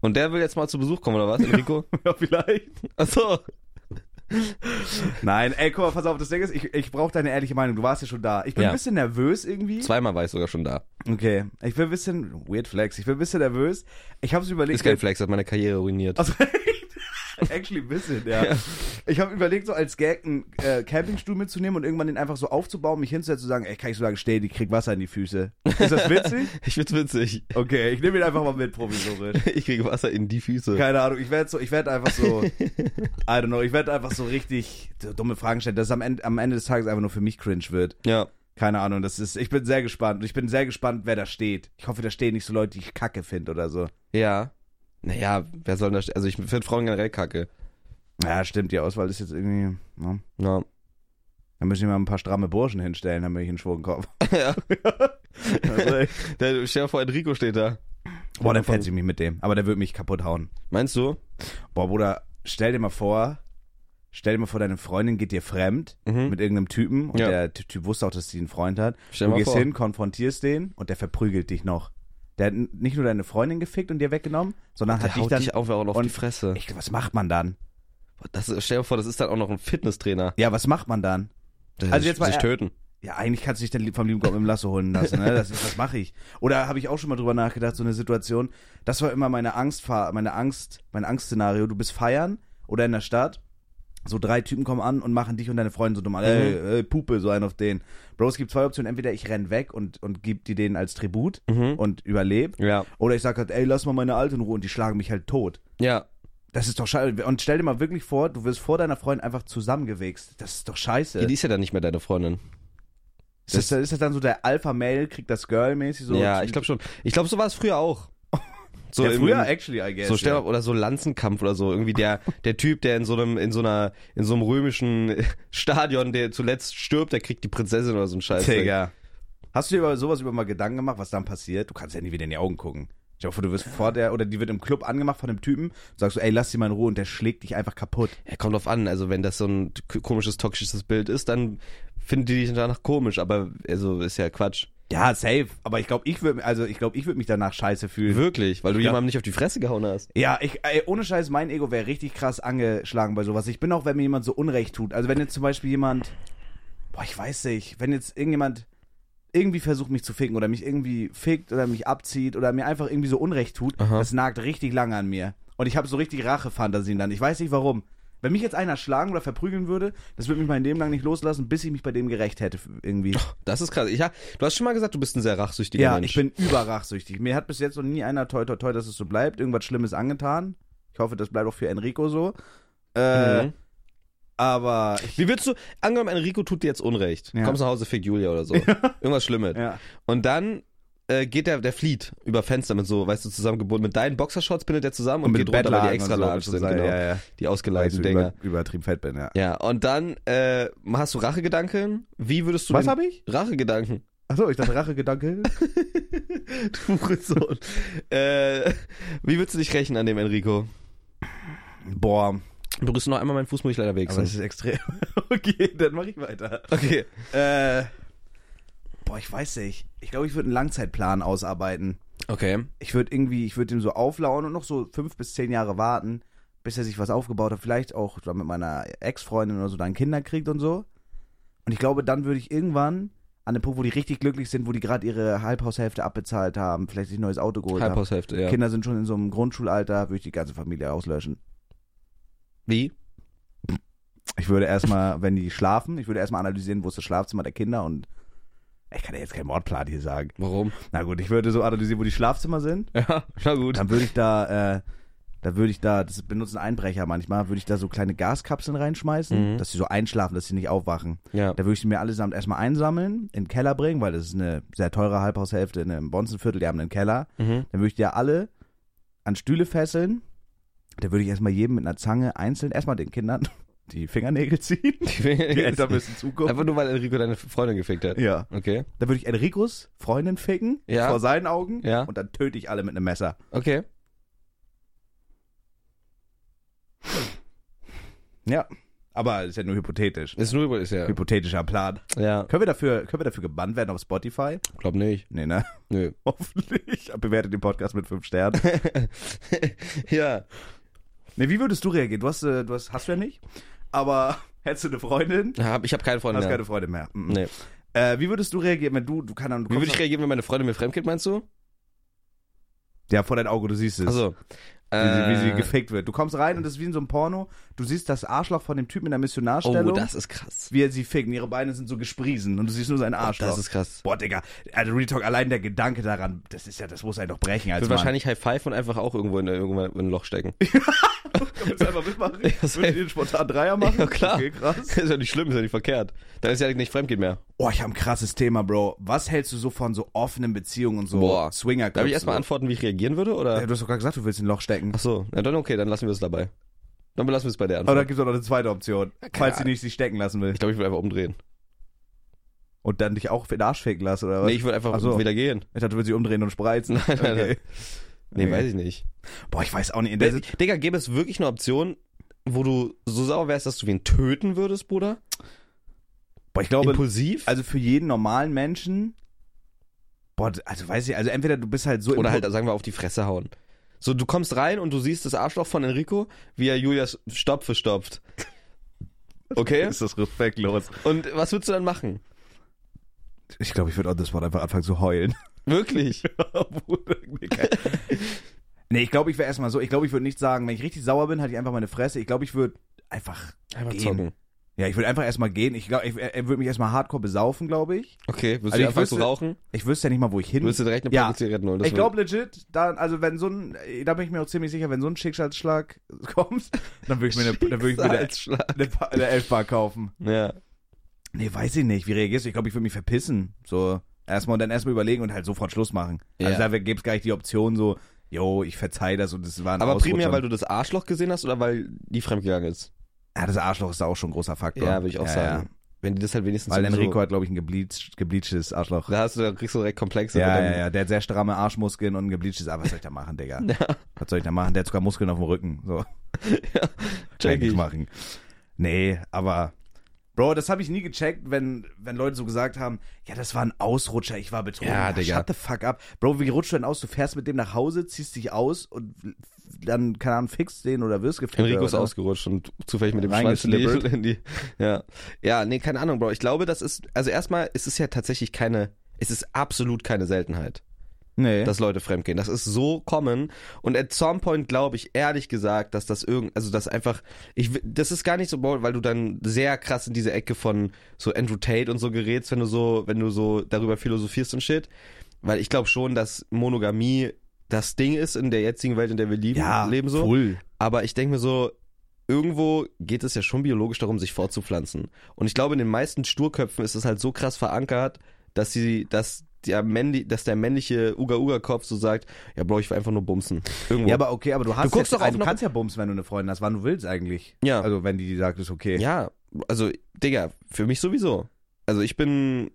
Speaker 1: Und der will jetzt mal zu Besuch kommen, oder was, Enrico?
Speaker 2: ja vielleicht.
Speaker 1: Achso.
Speaker 2: Nein, ey, guck mal, pass auf, das Ding ist, ich, ich brauche deine ehrliche Meinung. Du warst ja schon da. Ich bin
Speaker 1: Ja.
Speaker 2: ein bisschen nervös irgendwie.
Speaker 1: Zweimal war ich sogar schon da.
Speaker 2: Okay. Ich bin ein bisschen, weird flex, ich bin ein bisschen nervös. Ich hab's überlegt.
Speaker 1: Ist kein Flex, hat meine Karriere ruiniert.
Speaker 2: Also, actually ein bisschen, ja.
Speaker 1: Ja.
Speaker 2: Ich habe überlegt, so als Gag einen äh, Campingstuhl mitzunehmen und irgendwann den einfach so aufzubauen, mich hinzusetzen und zu sagen, ey, kann ich so lange stehen, ich krieg Wasser in die Füße. Ist das witzig?
Speaker 1: Ich find's witzig.
Speaker 2: Okay, ich nehme ihn einfach mal mit provisorisch.
Speaker 1: Ich kriege Wasser in die Füße.
Speaker 2: Keine Ahnung, ich werde so, ich werde einfach so, I don't know, ich werde einfach so richtig so dumme Fragen stellen, dass es am Ende, am Ende des Tages einfach nur für mich cringe wird.
Speaker 1: Ja.
Speaker 2: Keine Ahnung, das ist, ich bin sehr gespannt und ich bin sehr gespannt, wer da steht. Ich hoffe, da stehen nicht so Leute, die ich kacke finde oder so.
Speaker 1: Ja. Naja, wer soll denn das? Also ich finde Frauen generell kacke.
Speaker 2: Ja, stimmt, die Auswahl ist jetzt irgendwie, ne?
Speaker 1: Ja.
Speaker 2: Dann müssen wir mal ein paar stramme Burschen hinstellen, dann bin ich einen schwulen Kopf.
Speaker 1: ja.
Speaker 2: Also, ey.
Speaker 1: Der, stell dir vor, Enrico steht da.
Speaker 2: Boah, dann fetze ich mich mit dem. Aber der wird mich kaputt hauen.
Speaker 1: Meinst du?
Speaker 2: Boah, Bruder, stell dir mal vor, stell dir mal vor, deine Freundin geht dir fremd
Speaker 1: Mhm.
Speaker 2: mit irgendeinem Typen und
Speaker 1: Ja.
Speaker 2: der Ty- Typ wusste auch, dass sie einen Freund hat.
Speaker 1: Stell
Speaker 2: du
Speaker 1: mal
Speaker 2: gehst
Speaker 1: vor.
Speaker 2: hin, konfrontierst den und der verprügelt dich noch. Der hat n- nicht nur deine Freundin gefickt und dir weggenommen, sondern
Speaker 1: Der
Speaker 2: hat dich dann.
Speaker 1: auch auch noch auf
Speaker 2: und-
Speaker 1: die Fresse.
Speaker 2: Echt, was macht man dann?
Speaker 1: Das, stell dir vor, das ist dann auch noch ein Fitnesstrainer.
Speaker 2: Ja, was macht man dann?
Speaker 1: Der
Speaker 2: Also jetzt mal-
Speaker 1: sich töten.
Speaker 2: Ja, eigentlich kannst du dich dann lieb- vom lieben Gott mit dem Lasso holen lassen, ne? Das, ist- das mache ich. Oder habe ich auch schon mal drüber nachgedacht, so eine Situation. Das war immer meine Angst, meine Angst, mein Angstszenario. Du bist feiern oder in der Stadt. So drei Typen kommen an und machen dich und deine Freunde so dumm an. Ey,
Speaker 1: Mhm.
Speaker 2: ey, Pupe, so einen auf den. Bro, es gibt zwei Optionen. Entweder ich renn weg und, und gib die denen als Tribut
Speaker 1: Mhm.
Speaker 2: und überleb.
Speaker 1: Ja.
Speaker 2: Oder ich sag halt, ey, lass mal meine Alte in Ruhe und die schlagen mich halt tot.
Speaker 1: Ja.
Speaker 2: Das ist doch scheiße. Und stell dir mal wirklich vor, du wirst vor deiner Freundin einfach zusammengewichst. Das ist doch scheiße.
Speaker 1: Die ist ja dann nicht mehr deine Freundin.
Speaker 2: Ist das, ist das dann so der Alpha-Male, kriegt das Girl-mäßig so?
Speaker 1: ja, ich glaube schon. Ich glaube, so war es früher auch. So
Speaker 2: So ja,
Speaker 1: im-
Speaker 2: früher actually, I guess.
Speaker 1: So stell
Speaker 2: ja.
Speaker 1: mal- oder so Lanzenkampf oder so irgendwie der der Typ der in so einem in so einer in so einem römischen Stadion der zuletzt stirbt der kriegt die Prinzessin oder so ein Scheiß
Speaker 2: Digga. Hast du dir über sowas über mal Gedanken gemacht, was dann passiert? Du kannst ja nie wieder in die Augen gucken. Ich hoffe, du wirst vor der, oder die wird im Club angemacht von dem Typen, sagst du, ey, lass sie mal in Ruhe und der schlägt dich einfach kaputt.
Speaker 1: ja, kommt drauf an also wenn das so ein k- komisches toxisches Bild ist dann finden die dich danach komisch aber also ist ja Quatsch
Speaker 2: Ja, safe. Aber ich glaube, ich würde, also ich glaube, ich würde mich danach scheiße fühlen.
Speaker 1: wirklich weil du
Speaker 2: Ja.
Speaker 1: jemandem nicht auf die Fresse gehauen hast
Speaker 2: Ja, ich, ey, ohne Scheiß, mein Ego wäre richtig krass angeschlagen bei sowas. Ich bin auch, wenn mir jemand so Unrecht tut. Also wenn jetzt zum Beispiel jemand, boah, ich weiß nicht, wenn jetzt irgendjemand irgendwie versucht mich zu ficken oder mich irgendwie fickt oder mich abzieht oder mir einfach irgendwie so Unrecht tut,
Speaker 1: Aha.
Speaker 2: das nagt richtig lange an mir. Und ich habe so richtig Rachefantasien dann. Ich weiß nicht warum. Wenn mich jetzt einer schlagen oder verprügeln würde, das würde mich mein Leben lang nicht loslassen, bis ich mich bei dem gerecht hätte irgendwie.
Speaker 1: das ist krass ich, ja du hast schon mal gesagt du bist ein sehr rachsüchtiger
Speaker 2: Ja,
Speaker 1: Mensch
Speaker 2: ich bin überrachsüchtig. Mir hat bis jetzt noch nie einer toi toi toi, dass es so bleibt, irgendwas Schlimmes angetan. Ich hoffe, das bleibt auch für Enrico so. Äh,
Speaker 1: Mhm.
Speaker 2: Aber ich,
Speaker 1: wie würdest du angenommen Enrico tut dir jetzt Unrecht
Speaker 2: Ja.
Speaker 1: kommst nach Hause fickt Julia oder so irgendwas Schlimmes
Speaker 2: ja.
Speaker 1: Und dann äh, geht der, der flieht über Fenster mit so, weißt du, zusammengebunden. Mit deinen Boxershorts bindet der zusammen und, geht runter, weil die extra large sind, genau.
Speaker 2: ja,
Speaker 1: Die
Speaker 2: ja. Weil ich so
Speaker 1: ausgeleiteten
Speaker 2: über,
Speaker 1: Dinger.
Speaker 2: übertrieben fett bin, ja.
Speaker 1: Ja, und dann äh, hast du Rachegedanken. Wie würdest du
Speaker 2: Was
Speaker 1: den-
Speaker 2: habe ich?
Speaker 1: Rachegedanken.
Speaker 2: Achso, ich dachte Rachegedanke.
Speaker 1: Du Hurensohn. äh, wie würdest du dich rächen an dem Enrico?
Speaker 2: Boah,
Speaker 1: Berührst du noch einmal meinen Fuß, muss ich leider
Speaker 2: aber das
Speaker 1: wechseln.
Speaker 2: ist extrem. okay, dann mach ich weiter.
Speaker 1: Okay.
Speaker 2: Äh, boah, ich weiß nicht. Ich glaube, ich würde einen Langzeitplan ausarbeiten.
Speaker 1: Okay.
Speaker 2: ich würde irgendwie, ich würde ihm so auflauen und noch so fünf bis zehn Jahre warten, bis er sich was aufgebaut hat. Vielleicht auch dann mit meiner Ex-Freundin oder so dann Kinder kriegt und so. Und ich glaube, dann würde ich irgendwann an dem Punkt, wo die richtig glücklich sind, wo die gerade ihre Halbhaushälfte abbezahlt haben, vielleicht sich ein neues Auto geholt haben.
Speaker 1: Halbhaushälfte, ja.
Speaker 2: Kinder sind schon in so einem Grundschulalter, würde ich die ganze Familie auslöschen.
Speaker 1: Wie?
Speaker 2: Ich würde erstmal, wenn die schlafen, ich würde erstmal analysieren, wo ist das Schlafzimmer der Kinder und ich kann ja jetzt keinen Mordplan hier sagen.
Speaker 1: Warum?
Speaker 2: Na gut, ich würde so analysieren, wo die Schlafzimmer sind.
Speaker 1: Ja, na gut.
Speaker 2: Dann würde ich da, äh, da würde ich da, das benutzen Einbrecher manchmal, würde ich da so kleine Gaskapseln reinschmeißen,
Speaker 1: Mhm.
Speaker 2: dass sie so einschlafen, dass sie nicht aufwachen.
Speaker 1: Ja.
Speaker 2: Da würde ich die mir allesamt erstmal einsammeln, in den Keller bringen, weil das ist eine sehr teure Halbhaushälfte in einem Bonzenviertel, die haben einen Keller.
Speaker 1: Mhm.
Speaker 2: Dann würde ich die ja alle an Stühle fesseln. Da würde ich erstmal jedem mit einer Zange einzeln, erstmal den Kindern die Fingernägel ziehen. Die Eltern müssen zugucken.
Speaker 1: Einfach nur, weil Enrico deine Freundin gefickt hat.
Speaker 2: Ja.
Speaker 1: Okay.
Speaker 2: Da würde ich Enricos Freundin ficken,
Speaker 1: Ja.
Speaker 2: vor seinen Augen,
Speaker 1: Ja.
Speaker 2: und dann töte ich alle mit einem Messer.
Speaker 1: Okay.
Speaker 2: Ja. Aber ist ja nur hypothetisch.
Speaker 1: Ist nur ist ja.
Speaker 2: Hypothetischer Plan.
Speaker 1: Ja,
Speaker 2: Können wir dafür, können wir dafür gebannt werden auf Spotify?
Speaker 1: glaub nicht.
Speaker 2: Nee, ne?
Speaker 1: Nö.
Speaker 2: Hoffentlich. Bewertet den Podcast mit fünf Sternen.
Speaker 1: ja.
Speaker 2: Nee, wie würdest du reagieren? Du hast, äh, du hast, hast du ja nicht. Aber hättest du eine Freundin?
Speaker 1: Hab, ich habe keine Freunde
Speaker 2: Hast
Speaker 1: mehr.
Speaker 2: keine Freundin mehr. Mhm.
Speaker 1: nee.
Speaker 2: Äh, wie würdest du reagieren, wenn du, du kannst dann, du
Speaker 1: Wie würde
Speaker 2: kommst
Speaker 1: ich
Speaker 2: dann-
Speaker 1: reagieren, wenn meine Freundin mir fremdgeht, meinst du?
Speaker 2: ja, vor dein Auge, du siehst es.
Speaker 1: Also.
Speaker 2: wie, sie, wie sie
Speaker 1: äh,
Speaker 2: gefickt wird. Du kommst rein und das ist wie in so einem Porno. Du siehst das Arschloch von dem Typen in der
Speaker 1: Oh,
Speaker 2: Missionarstellung.
Speaker 1: das ist krass.
Speaker 2: Wie er sie ficken. Ihre Beine sind so gespriesen und du siehst nur seinen Arschloch.
Speaker 1: Oh, Das ist krass.
Speaker 2: Boah, Digga. Also, Real Talk, allein der Gedanke daran, das ist ja, das muss einen doch brechen
Speaker 1: Ich
Speaker 2: als
Speaker 1: würde
Speaker 2: Mann.
Speaker 1: wahrscheinlich High Five und einfach auch irgendwo in, irgendwann in ein Loch stecken.
Speaker 2: Willst du einfach mitmachen?
Speaker 1: Ja,
Speaker 2: Würdest
Speaker 1: safe.
Speaker 2: du den spontan Dreier machen?
Speaker 1: Ja, klar.
Speaker 2: Okay, krass.
Speaker 1: ist ja nicht schlimm, ist ja nicht verkehrt. Dann ist ja nicht fremdgeht mehr.
Speaker 2: Oh, ich habe ein krasses Thema, Bro. Was hältst du so von so offenen Beziehungen und so
Speaker 1: Boah.
Speaker 2: swinger
Speaker 1: Darf ich erstmal antworten, wie ich reagieren würde? Oder?
Speaker 2: Ja, du hast doch gerade gesagt, du willst in ein Loch stecken.
Speaker 1: Ach so. Na dann okay, dann lassen wir es dabei. Dann belassen wir es bei der
Speaker 2: Aber da
Speaker 1: Antwort.
Speaker 2: gibt's auch noch eine zweite Option, falls sie
Speaker 1: Ahnung.
Speaker 2: nicht sich stecken lassen will.
Speaker 1: Ich glaube, ich würde einfach umdrehen.
Speaker 2: Und dann dich auch in den Arsch ficken lassen, oder was?
Speaker 1: Nee, ich würde einfach
Speaker 2: Ach so.
Speaker 1: wieder gehen.
Speaker 2: ich dachte, du willst sie umdrehen und spreizen.
Speaker 1: Nein, nein, nein. Nee, weiß ich nicht.
Speaker 2: ich. Boah, ich weiß auch nicht. in der-
Speaker 1: Wenn, Digga, gäbe es wirklich eine Option, wo du so sauer wärst, dass du wen töten würdest, Bruder?
Speaker 2: Boah, ich glaube,
Speaker 1: Impulsiv?
Speaker 2: also für jeden normalen Menschen, boah, also weiß ich, also entweder du bist halt so
Speaker 1: oder
Speaker 2: impu-
Speaker 1: halt, sagen wir, auf die Fresse hauen. So, du kommst rein und du siehst das Arschloch von Enrico, wie er Julias Stopfe stopft. Okay?
Speaker 2: ist das respektlos.
Speaker 1: Und was würdest du dann machen?
Speaker 2: Ich glaube, ich würde on the spot einfach anfangen zu heulen.
Speaker 1: Wirklich.
Speaker 2: Bruder, nee, kein- nee, ich glaube, ich wäre erstmal so, ich glaube, ich würde nicht sagen, wenn ich richtig sauer bin, hatte ich einfach meine Fresse. Ich glaube, ich würde einfach
Speaker 1: Einmal
Speaker 2: Gehen.
Speaker 1: zocken.
Speaker 2: ja, ich würde einfach erstmal gehen. Ich glaube, ich, ich würde mich erstmal hardcore besaufen, glaube ich.
Speaker 1: Okay, würdest
Speaker 2: Also
Speaker 1: du
Speaker 2: ich
Speaker 1: einfach so
Speaker 2: wüsste-
Speaker 1: rauchen?
Speaker 2: Ich wüsste ja nicht mal, wo ich hin
Speaker 1: Würdest du direkt eine
Speaker 2: Ja.
Speaker 1: Packung Zigaretten holen? das
Speaker 2: Ich glaube legit, da, also wenn so ein, da bin ich mir auch ziemlich sicher, wenn so ein Schicksalsschlag kommt, dann würde ich mir eine, dann würde ich mir eine,
Speaker 1: Schicksalsschlag.
Speaker 2: eine, Pa- eine Elfbar kaufen.
Speaker 1: Ja.
Speaker 2: Nee, weiß ich nicht. Wie reagierst du? Ich glaube, ich würde mich verpissen. So, erstmal und dann erstmal überlegen und halt sofort Schluss machen.
Speaker 1: Ja.
Speaker 2: Also da gäbe es gar nicht die Option so, yo, ich verzeih das und das war ein
Speaker 1: Aber
Speaker 2: Ausrutscher.
Speaker 1: primär, weil du das Arschloch gesehen hast oder weil die fremdgegangen ist?
Speaker 2: Ja, das Arschloch ist da auch schon ein großer Faktor.
Speaker 1: Ja, würde ich auch sagen. Wenn die das halt wenigstens
Speaker 2: Weil
Speaker 1: sowieso-
Speaker 2: Enrico hat, glaube ich, ein gebleached, gebleachtes Arschloch.
Speaker 1: Da hast du, da kriegst du direkt Komplexe.
Speaker 2: Ja,
Speaker 1: mit
Speaker 2: ja,
Speaker 1: dem-
Speaker 2: ja, der hat sehr stramme Arschmuskeln und ein gebleachtes, aber was soll ich da machen, Digga? Was soll ich da machen? Der hat sogar Muskeln auf dem Rücken. So.
Speaker 1: Check
Speaker 2: Kann ich
Speaker 1: ich.
Speaker 2: machen. Nee, aber. Bro, das habe ich nie gecheckt, wenn, wenn Leute so gesagt haben, ja, das war ein Ausrutscher, ich war betrunken.
Speaker 1: Ja, Digga.
Speaker 2: Shut the fuck up. Bro, wie rutscht du denn aus? Du fährst mit dem nach Hause, ziehst dich aus und dann, keine Ahnung, fixst den oder wirst gefickt.
Speaker 1: Enrico
Speaker 2: oder
Speaker 1: ist
Speaker 2: was?
Speaker 1: ausgerutscht und zufällig mit dem
Speaker 2: Reingeslippert.
Speaker 1: Schwanzschlägel in die. Ja. ja, nee, keine Ahnung, Bro. Ich glaube, das ist, also erstmal, es ist ja tatsächlich keine, es ist absolut keine Seltenheit,
Speaker 2: Nee.
Speaker 1: dass Leute fremdgehen. Das ist so common. Und at some point glaube ich ehrlich gesagt, dass das irgend, also das einfach, ich, w- das ist gar nicht so, Bro, weil du dann sehr krass in diese Ecke von so Andrew Tate und so gerätst, wenn du so, wenn du so darüber philosophierst und shit. Weil ich glaube schon, dass Monogamie das Ding ist in der jetzigen Welt, in der wir leben,
Speaker 2: ja,
Speaker 1: leben so.
Speaker 2: Full.
Speaker 1: Aber ich denke mir so, irgendwo geht es ja schon biologisch darum, sich fortzupflanzen. Und ich glaube, in den meisten Sturköpfen ist es halt so krass verankert, dass sie, dass der, männli dass der männliche Uga-Uga-Kopf so sagt, ja, Bro, ich will einfach nur bumsen. Irgendwo.
Speaker 2: Ja, aber okay, aber du hast
Speaker 1: guckst
Speaker 2: ja,
Speaker 1: doch auf
Speaker 2: du
Speaker 1: noch-
Speaker 2: kannst ja bumsen, wenn du eine Freundin hast, wann du willst eigentlich.
Speaker 1: Ja.
Speaker 2: Also wenn die, die sagt, ist okay.
Speaker 1: ja, also, Digga, für mich sowieso. Also ich bin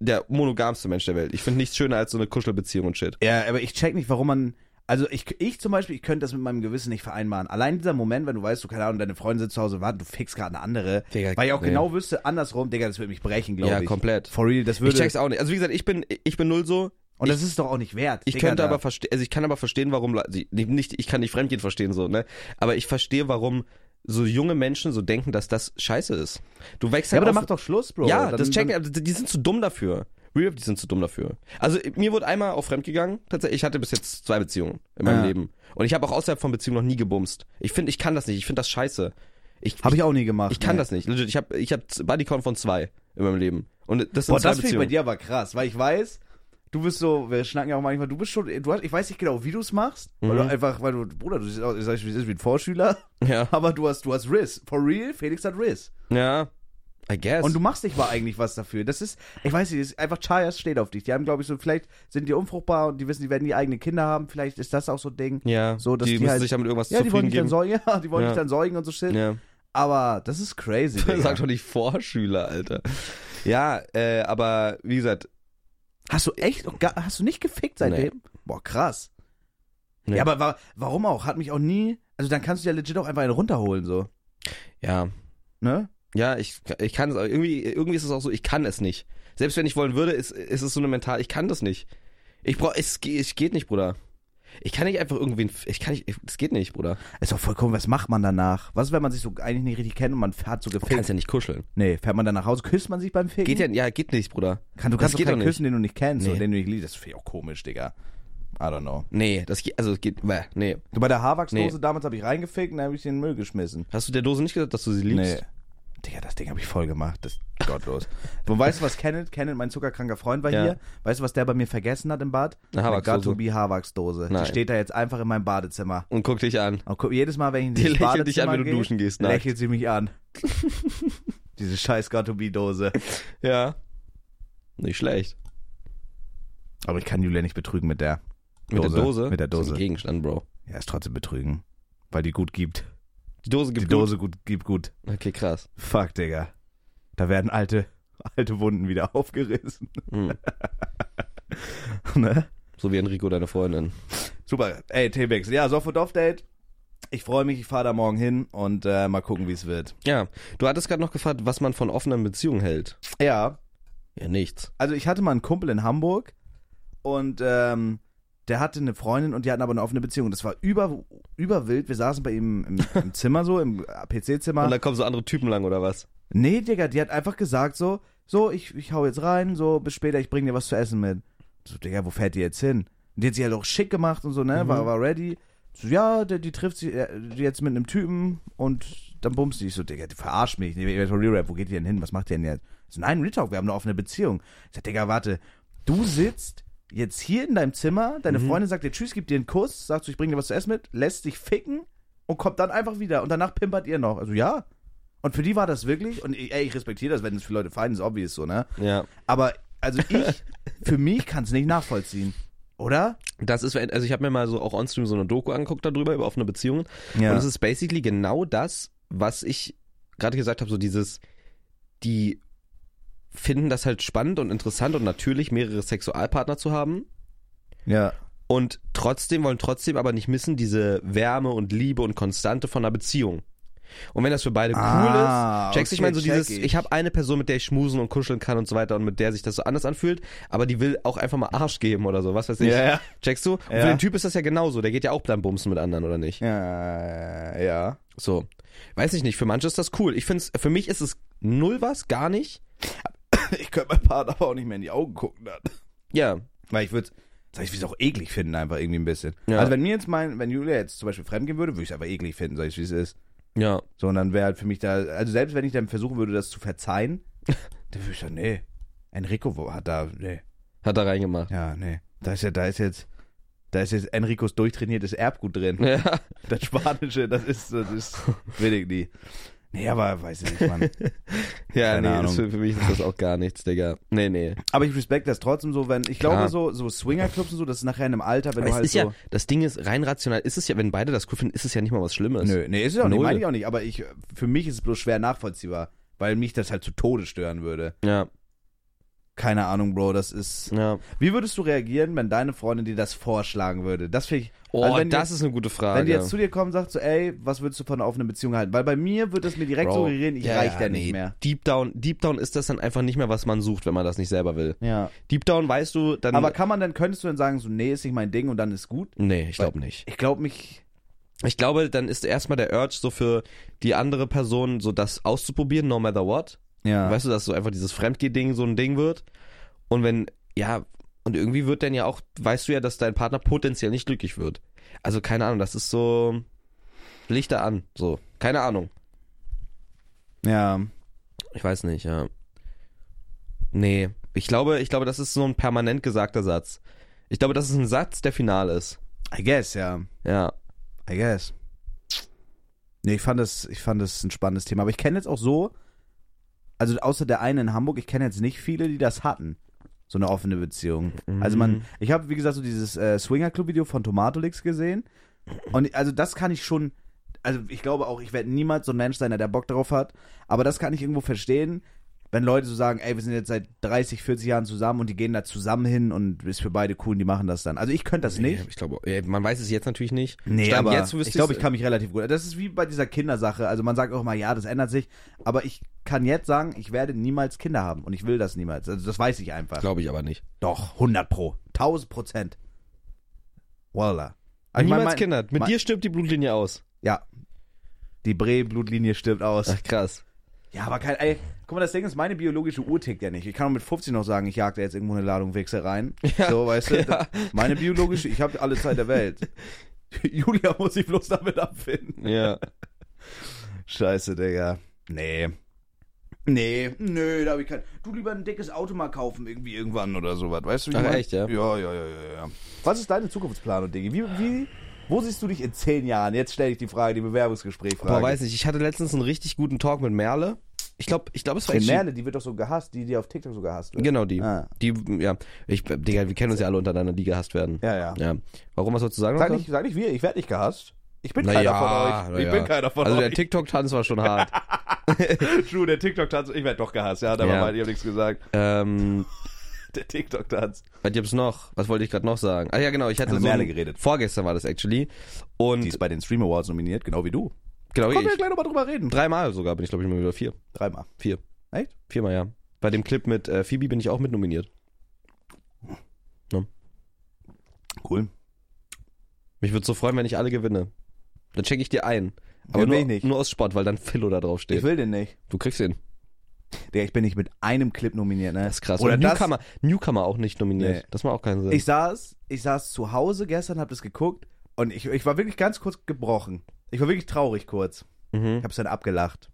Speaker 1: der monogamste Mensch der Welt. Ich finde nichts schöner als so eine Kuschelbeziehung und shit.
Speaker 2: Ja, aber ich check nicht, warum man. Also ich, ich zum Beispiel, ich könnte das mit meinem Gewissen nicht vereinbaren. Allein dieser Moment, wenn du weißt, du, keine Ahnung, deine Freundin sitzt zu Hause, warte, du fickst gerade eine andere.
Speaker 1: Digga,
Speaker 2: weil ich auch
Speaker 1: nee.
Speaker 2: genau wüsste, andersrum, Digga, das würde mich brechen, glaube
Speaker 1: Ja,
Speaker 2: ich.
Speaker 1: komplett.
Speaker 2: For real, das
Speaker 1: Ich
Speaker 2: würde.
Speaker 1: check's auch nicht. Also wie gesagt, ich bin, ich bin null so,
Speaker 2: und das ist doch auch nicht wert.
Speaker 1: Ich
Speaker 2: Digga,
Speaker 1: könnte
Speaker 2: da.
Speaker 1: aber verstehen, also ich kann aber verstehen, warum Leute- die- die- nicht, ich kann nicht Fremdgehen verstehen so, ne? Aber ich verstehe, warum so junge Menschen so denken, dass das scheiße ist. Du wächst
Speaker 2: Ja,
Speaker 1: halt
Speaker 2: aber dann
Speaker 1: auf-
Speaker 2: mach doch Schluss, Bro.
Speaker 1: Ja,
Speaker 2: dann,
Speaker 1: das checken,
Speaker 2: dann,
Speaker 1: aber die die sind zu dumm dafür. Real, die sind zu dumm dafür. Also mir wurde einmal auch fremdgegangen, tatsächlich. Ich hatte bis jetzt zwei Beziehungen in meinem
Speaker 2: Ja.
Speaker 1: Leben und ich habe auch außerhalb von Beziehungen noch nie gebumst. Ich finde, ich kann das nicht. Ich finde das scheiße. Ich,
Speaker 2: Hab
Speaker 1: ich,
Speaker 2: ich auch nie gemacht. ne.
Speaker 1: ich kann
Speaker 2: nee.
Speaker 1: das nicht. Legit, ich habe ich habe Bodycount von zwei in meinem Leben und das sind
Speaker 2: Boah,
Speaker 1: zwei
Speaker 2: das finde ich
Speaker 1: Beziehungen.
Speaker 2: bei dir aber krass, weil ich weiß, du bist so, wir schnacken ja auch manchmal, du bist schon, du hast, ich weiß nicht genau, wie du es machst, weil
Speaker 1: Mhm.
Speaker 2: du einfach, weil du, Bruder, du siehst aus, ich sag, wie wie ein Vorschüler,
Speaker 1: Ja,
Speaker 2: aber du hast, du hast Riss. For real, Felix hat Riss.
Speaker 1: ja. I guess.
Speaker 2: Und du machst nicht mal eigentlich was dafür. Das ist, ich weiß nicht, das ist einfach Chayas steht auf dich. Die haben, glaube ich, so, vielleicht sind die unfruchtbar und die wissen, die werden nie eigene Kinder haben. Vielleicht ist das auch so ein Ding.
Speaker 1: ja,
Speaker 2: so, dass
Speaker 1: die,
Speaker 2: die
Speaker 1: müssen
Speaker 2: halt-
Speaker 1: sich damit irgendwas
Speaker 2: Ja, die wollen
Speaker 1: zufrieden
Speaker 2: dich dann
Speaker 1: geben.
Speaker 2: säugen, ja, die wollen
Speaker 1: Ja.
Speaker 2: dich dann säugen und so shit.
Speaker 1: Ja.
Speaker 2: Aber das ist crazy. Digga.
Speaker 1: Sag doch nicht Vorschüler, Alter. Ja, äh, aber wie gesagt,
Speaker 2: Hast du echt, noch gar- hast du nicht gefickt seitdem? Boah, krass.
Speaker 1: Nee.
Speaker 2: Ja, aber wa warum auch? Hat mich auch nie, also dann kannst du ja legit auch einfach einen runterholen, so.
Speaker 1: ja,
Speaker 2: Ne?
Speaker 1: ja, ich, ich kann es auch, irgendwie, irgendwie ist es auch so, ich kann es nicht. Selbst wenn ich wollen würde, ist, ist es so eine mental, ich kann das nicht. Ich brauch, es, ge- es geht nicht, Bruder. Ich kann nicht einfach irgendwen, ich kann nicht, ich- es geht nicht, Bruder.
Speaker 2: Ist doch vollkommen, was macht man danach? Was, wenn man sich so eigentlich nicht richtig kennt und man hat so
Speaker 1: Du
Speaker 2: gefickt?
Speaker 1: kannst ja nicht kuscheln.
Speaker 2: Nee, fährt man dann nach Hause, küsst man sich beim Ficken?
Speaker 1: Geht ja, ja, geht nicht, Bruder.
Speaker 2: Kann, du
Speaker 1: Das
Speaker 2: kannst doch
Speaker 1: geht doch
Speaker 2: keinen
Speaker 1: nicht.
Speaker 2: küssen, den du nicht kennst
Speaker 1: Nee.
Speaker 2: oder den du nicht liebst. Das finde ich auch komisch, Digga. I don't know.
Speaker 1: Nee, das geht, also es geht, bäh, nee.
Speaker 2: Du, bei der Haarwachsdose
Speaker 1: Nee.
Speaker 2: damals habe ich reingefickt und dann habe ich sie in den Müll geschmissen.
Speaker 1: Hast du der Dose nicht gesagt, dass du sie liebst?
Speaker 2: Nee. Digga, das Ding habe ich voll gemacht. Das ist gottlos. Und weißt du, was Kenneth, Kenneth, mein zuckerkranker Freund, war
Speaker 1: Ja.
Speaker 2: hier? Weißt du, was der bei mir vergessen hat im Bad?
Speaker 1: Eine Haarwachsdose.
Speaker 2: Gattobi Haarwachsdose.
Speaker 1: Nein.
Speaker 2: Die steht da jetzt einfach in meinem Badezimmer.
Speaker 1: Und guck dich an.
Speaker 2: Und guck, jedes Mal, wenn ich in
Speaker 1: Die
Speaker 2: dieses
Speaker 1: lächelt dich an,
Speaker 2: Badezimmer
Speaker 1: wenn du
Speaker 2: gehe,
Speaker 1: duschen gehst, nackt.
Speaker 2: lächelt sie mich an. Diese scheiß Gattobi-Dose.
Speaker 1: Ja. Nicht schlecht.
Speaker 2: Aber ich kann Julia nicht betrügen mit der.
Speaker 1: Mit der Dose?
Speaker 2: Mit der
Speaker 1: Das ist
Speaker 2: Dose.
Speaker 1: ein Gegenstand, Bro.
Speaker 2: Ja, ist trotzdem betrügen. Weil die gut gibt.
Speaker 1: Die Dose gibt
Speaker 2: die Dose gut, gibt gut.
Speaker 1: Gut. Okay, krass.
Speaker 2: Fuck, Digga. Da werden alte, alte Wunden wieder aufgerissen.
Speaker 1: Hm.
Speaker 2: ne?
Speaker 1: So wie Enrico, deine Freundin.
Speaker 2: Super. Ey, T-Bex. Ja, so for Doff Date. Ich freue mich, ich fahre da morgen hin und äh, mal gucken, wie es wird.
Speaker 1: Ja, du hattest gerade noch gefragt, was man von offenen Beziehungen hält.
Speaker 2: Ja,
Speaker 1: Ja, nichts.
Speaker 2: also ich hatte mal einen Kumpel in Hamburg und ähm, der hatte eine Freundin und die hatten aber eine offene Beziehung. Das war über, überwild. Wir saßen bei ihm im, im Zimmer so, im äh,
Speaker 1: Und
Speaker 2: PC-Zimmer.
Speaker 1: da kommen so andere Typen lang oder was?
Speaker 2: Nee, Digga, die hat einfach gesagt so, so, ich, ich hau jetzt rein, so, bis später, ich bring dir was zu essen mit. So, Digga, wo fährt die jetzt hin? Und die hat sich halt auch schick gemacht und so, ne, war, war ready. So, ja, die, die trifft sich äh, jetzt mit einem Typen und dann bummst die. Ich so, Digga, die verarscht mich. Ich werde Real Rap, wo geht die denn hin? Was macht die denn jetzt? Ich so, nein, Real Talk, wir haben eine offene Beziehung. Ich sag, Digga, warte, du sitzt jetzt hier in deinem Zimmer, deine Freundin sagt dir Tschüss, gibt dir einen Kuss, sagst du, ich bring dir was zu essen mit, lässt dich ficken und kommt dann einfach wieder und danach pimpert ihr noch. Also, ja. Und für die war das wirklich, und ich, ey, ich respektiere das, wenn es für Leute fein ist, obvious so, ne?
Speaker 1: Ja.
Speaker 2: Aber, also ich, für mich kann es nicht nachvollziehen. Oder?
Speaker 1: Das ist, also ich habe mir mal so auch onstream so eine Doku angeguckt darüber, über offene Beziehungen.
Speaker 2: Ja.
Speaker 1: Und es ist basically genau das, was ich gerade gesagt habe, so dieses, die finden das halt spannend und interessant und natürlich, mehrere Sexualpartner zu haben.
Speaker 2: ja.
Speaker 1: Und trotzdem wollen trotzdem aber nicht missen diese Wärme und Liebe und Konstante von einer Beziehung. Und wenn das für beide cool
Speaker 2: Ah,
Speaker 1: ist, checkst du, ich
Speaker 2: okay,
Speaker 1: meine so
Speaker 2: check
Speaker 1: dieses, ich,
Speaker 2: ich.
Speaker 1: habe eine Person, mit der ich schmusen und kuscheln kann und so weiter und mit der sich das so anders anfühlt, aber die will auch einfach mal Arsch geben oder so, was weiß ich.
Speaker 2: Ja, ja.
Speaker 1: Checkst du? Und
Speaker 2: Ja.
Speaker 1: für den Typ ist das ja genauso, der geht ja auch dann bumsen mit anderen oder nicht?
Speaker 2: Ja, ja.
Speaker 1: So. Weiß ich nicht, für manche ist das cool. Ich find's, für mich ist es null was, gar nicht.
Speaker 2: Ich könnte mein Partner aber auch nicht mehr in die Augen gucken dann.
Speaker 1: Ja.
Speaker 2: Weil ich würde sag ich, würde es auch eklig finden, einfach irgendwie ein bisschen.
Speaker 1: Ja.
Speaker 2: Also wenn mir jetzt mein, wenn Julia jetzt zum Beispiel fremd gehen würde, würde ich es einfach eklig finden, sag ich, wie es ist.
Speaker 1: Ja.
Speaker 2: So, und dann wäre halt für mich da, also selbst wenn ich dann versuchen würde, das zu verzeihen, dann würde ich sagen, nee, Enrico wo- hat da, nee,
Speaker 1: Hat er reingemacht.
Speaker 2: ja, nee. Da ist ja, da ist jetzt, da ist jetzt Enricos durchtrainiertes Erbgut drin.
Speaker 1: Ja.
Speaker 2: Das Spanische, das ist, das ist, will ich nie. Nee, aber weiß ich nicht, Mann.
Speaker 1: Ja,
Speaker 2: Keine
Speaker 1: nee, das
Speaker 2: Ahnung.
Speaker 1: für, für mich ist das auch gar nichts, Digga. Nee, nee.
Speaker 2: Aber ich respekt das trotzdem so, wenn, ich glaube
Speaker 1: Klar.
Speaker 2: so, so Swingerclubs und so, das ist nachher in einem Alter, wenn
Speaker 1: Aber
Speaker 2: du
Speaker 1: es
Speaker 2: halt
Speaker 1: ist
Speaker 2: so.
Speaker 1: ja, das Ding ist, rein rational ist es ja, wenn beide das cool finden, ist es ja nicht mal was Schlimmes.
Speaker 2: Nö, nee, ist es auch nicht,
Speaker 1: Null.
Speaker 2: meine ich auch nicht, aber ich, für mich ist es bloß schwer nachvollziehbar, weil mich das halt zu Tode stören würde.
Speaker 1: Ja,
Speaker 2: Keine Ahnung, Bro, das ist.
Speaker 1: ja.
Speaker 2: Wie würdest du reagieren, wenn deine Freundin dir das vorschlagen würde? Das finde ich.
Speaker 1: Oh,
Speaker 2: also wenn die
Speaker 1: das
Speaker 2: jetzt,
Speaker 1: ist eine gute Frage.
Speaker 2: Wenn die jetzt zu dir kommen und sagt so, ey, was würdest du von einer offenen Beziehung halten? Weil bei mir wird es mir direkt
Speaker 1: Bro,
Speaker 2: suggerieren, ich
Speaker 1: ja,
Speaker 2: reich da
Speaker 1: ja,
Speaker 2: nicht
Speaker 1: nee.
Speaker 2: mehr.
Speaker 1: Deep down, deep down ist das dann einfach nicht mehr, was man sucht, wenn man das nicht selber will.
Speaker 2: Ja.
Speaker 1: Deep down weißt du, dann.
Speaker 2: Aber kann man dann, könntest du dann sagen, so, nee, ist nicht mein Ding und dann ist gut?
Speaker 1: nee, ich glaube
Speaker 2: Weil-
Speaker 1: nicht.
Speaker 2: Ich glaube mich.
Speaker 1: Ich glaube, dann ist erstmal der Urge so für die andere Person, so das auszuprobieren, no matter what.
Speaker 2: Ja.
Speaker 1: Weißt du, dass so einfach dieses Fremdgeh-Ding so ein Ding wird. Und wenn, ja, und irgendwie wird dann ja auch, weißt du ja, dass dein Partner potenziell nicht glücklich wird. Also keine Ahnung, das ist so Lichter an, so. Keine Ahnung.
Speaker 2: ja.
Speaker 1: Ich weiß nicht, ja. Nee, ich glaube, ich glaube, das ist so ein permanent gesagter Satz. Ich glaube, das ist ein Satz, der final ist.
Speaker 2: I guess, ja.
Speaker 1: Ja.
Speaker 2: I guess. Nee, ich fand das, ich fand das ein spannendes Thema. Aber ich kenne jetzt auch so, also außer der einen in Hamburg, ich kenne jetzt nicht viele, die das hatten. So eine offene Beziehung. Also man, ich habe, wie gesagt, so dieses äh, Swinger-Club-Video von Tomatolix gesehen. Und also das kann ich schon, also ich glaube auch, ich werde niemals so ein Mensch sein, der da Bock drauf hat. Aber das kann ich irgendwo verstehen, wenn Leute so sagen, ey, wir sind jetzt seit 30, 40 Jahren zusammen und die gehen da zusammen hin und ist für beide cool und die machen das dann. Also ich könnte das nicht.
Speaker 1: Ich glaube, ey, man weiß es jetzt natürlich nicht.
Speaker 2: Nee,
Speaker 1: Stand
Speaker 2: aber
Speaker 1: jetzt wüsste
Speaker 2: ich glaube,
Speaker 1: ich's-
Speaker 2: ich kann mich relativ gut. Das ist wie bei dieser Kindersache. Also man sagt auch immer, ja, das ändert sich. Aber ich kann jetzt sagen, ich werde niemals Kinder haben und ich will das niemals. Also das weiß ich einfach.
Speaker 1: Glaube ich aber nicht.
Speaker 2: Doch, 100 pro, 1000 Prozent. Voila. Aber ich mein,
Speaker 1: Niemals
Speaker 2: mein-
Speaker 1: Kinder. Mit
Speaker 2: mein-
Speaker 1: dir stirbt die Blutlinie aus.
Speaker 2: Ja. Die Bre-Blutlinie stirbt aus.
Speaker 1: Ach krass.
Speaker 2: Ja, aber kein, ey, guck mal, das Ding ist, meine biologische Uhr tickt ja nicht. Ich kann auch mit 50 noch sagen, ich jag da jetzt irgendwo eine Ladung Wichse rein. so, weißt du,
Speaker 1: ja.
Speaker 2: meine biologische, ich habe alle Zeit der Welt. Julia muss sich bloß damit abfinden.
Speaker 1: Ja.
Speaker 2: Scheiße, Digga. Nee. Nee, nö, da hab ich kein. Du lieber ein dickes Auto mal kaufen, irgendwie irgendwann oder sowas, weißt du? wie ich
Speaker 1: Ach,
Speaker 2: mein?
Speaker 1: echt, ja?
Speaker 2: Ja, ja, ja, ja, ja. Was ist deine Zukunftsplanung, Diggi? Wie, wie, wo siehst du dich in zehn Jahren? Jetzt stelle ich die Frage, die Bewerbungsgesprächfrage.
Speaker 1: Boah, weiß nicht. Ich hatte letztens einen richtig guten Talk mit Merle. Ich glaube, ich glaube, es war
Speaker 2: Die
Speaker 1: actually-
Speaker 2: Merle, die wird doch so gehasst, die, die auf TikTok so gehasst wird.
Speaker 1: Genau die.
Speaker 2: Ah.
Speaker 1: Die, ja. Ich, Digga, wir kennen uns ja alle untereinander, die gehasst werden.
Speaker 2: Ja, ja.
Speaker 1: Ja. Warum was sollst du sagen?
Speaker 2: Sag
Speaker 1: Lukas?
Speaker 2: nicht, sag nicht wir, ich werde nicht gehasst. Ich bin
Speaker 1: Na
Speaker 2: keiner
Speaker 1: ja,
Speaker 2: von
Speaker 1: na
Speaker 2: euch. Ich
Speaker 1: ja.
Speaker 2: bin keiner von
Speaker 1: Also der
Speaker 2: euch.
Speaker 1: TikTok-Tanz war schon hart.
Speaker 2: True, der TikTok-Tanz, ich werde doch gehasst. Ja, da
Speaker 1: Ja.
Speaker 2: war mal, ich hab nichts gesagt.
Speaker 1: ähm,
Speaker 2: Der TikTok-Tanz.
Speaker 1: was gibt's noch? Was wollte ich gerade noch sagen? Ah ja, genau, ich hatte
Speaker 2: Hat mit
Speaker 1: so
Speaker 2: Merle
Speaker 1: ein-
Speaker 2: geredet.
Speaker 1: Vorgestern war das actually und
Speaker 2: Die ist bei den Stream Awards nominiert, genau wie du.
Speaker 1: genau
Speaker 2: Können wir
Speaker 1: ich,
Speaker 2: gleich nochmal drüber reden.
Speaker 1: dreimal sogar bin ich glaube ich mal wieder vier,
Speaker 2: Dreimal.
Speaker 1: vier,
Speaker 2: Echt?
Speaker 1: viermal ja. Bei dem Clip mit äh, Phoebe bin ich auch mit nominiert.
Speaker 2: Cool.
Speaker 1: Mich würde so freuen, wenn ich alle gewinne. Dann checke ich dir ein. Aber
Speaker 2: Den will
Speaker 1: nur,
Speaker 2: ich nicht.
Speaker 1: nur aus Sport, weil dann Philo da drauf
Speaker 2: Ich
Speaker 1: steht.
Speaker 2: will den nicht.
Speaker 1: Du kriegst ihn.
Speaker 2: Digga, ich bin nicht mit einem Clip nominiert, ne?
Speaker 1: Das ist krass.
Speaker 2: Oder
Speaker 1: und
Speaker 2: das,
Speaker 1: Newcomer, Newcomer auch nicht nominiert.
Speaker 2: Nee.
Speaker 1: Das macht auch keinen Sinn.
Speaker 2: Ich saß, ich saß zu Hause gestern, hab das geguckt und ich, ich war wirklich ganz kurz gebrochen. Ich war wirklich traurig kurz.
Speaker 1: mhm.
Speaker 2: Ich hab's dann abgelacht.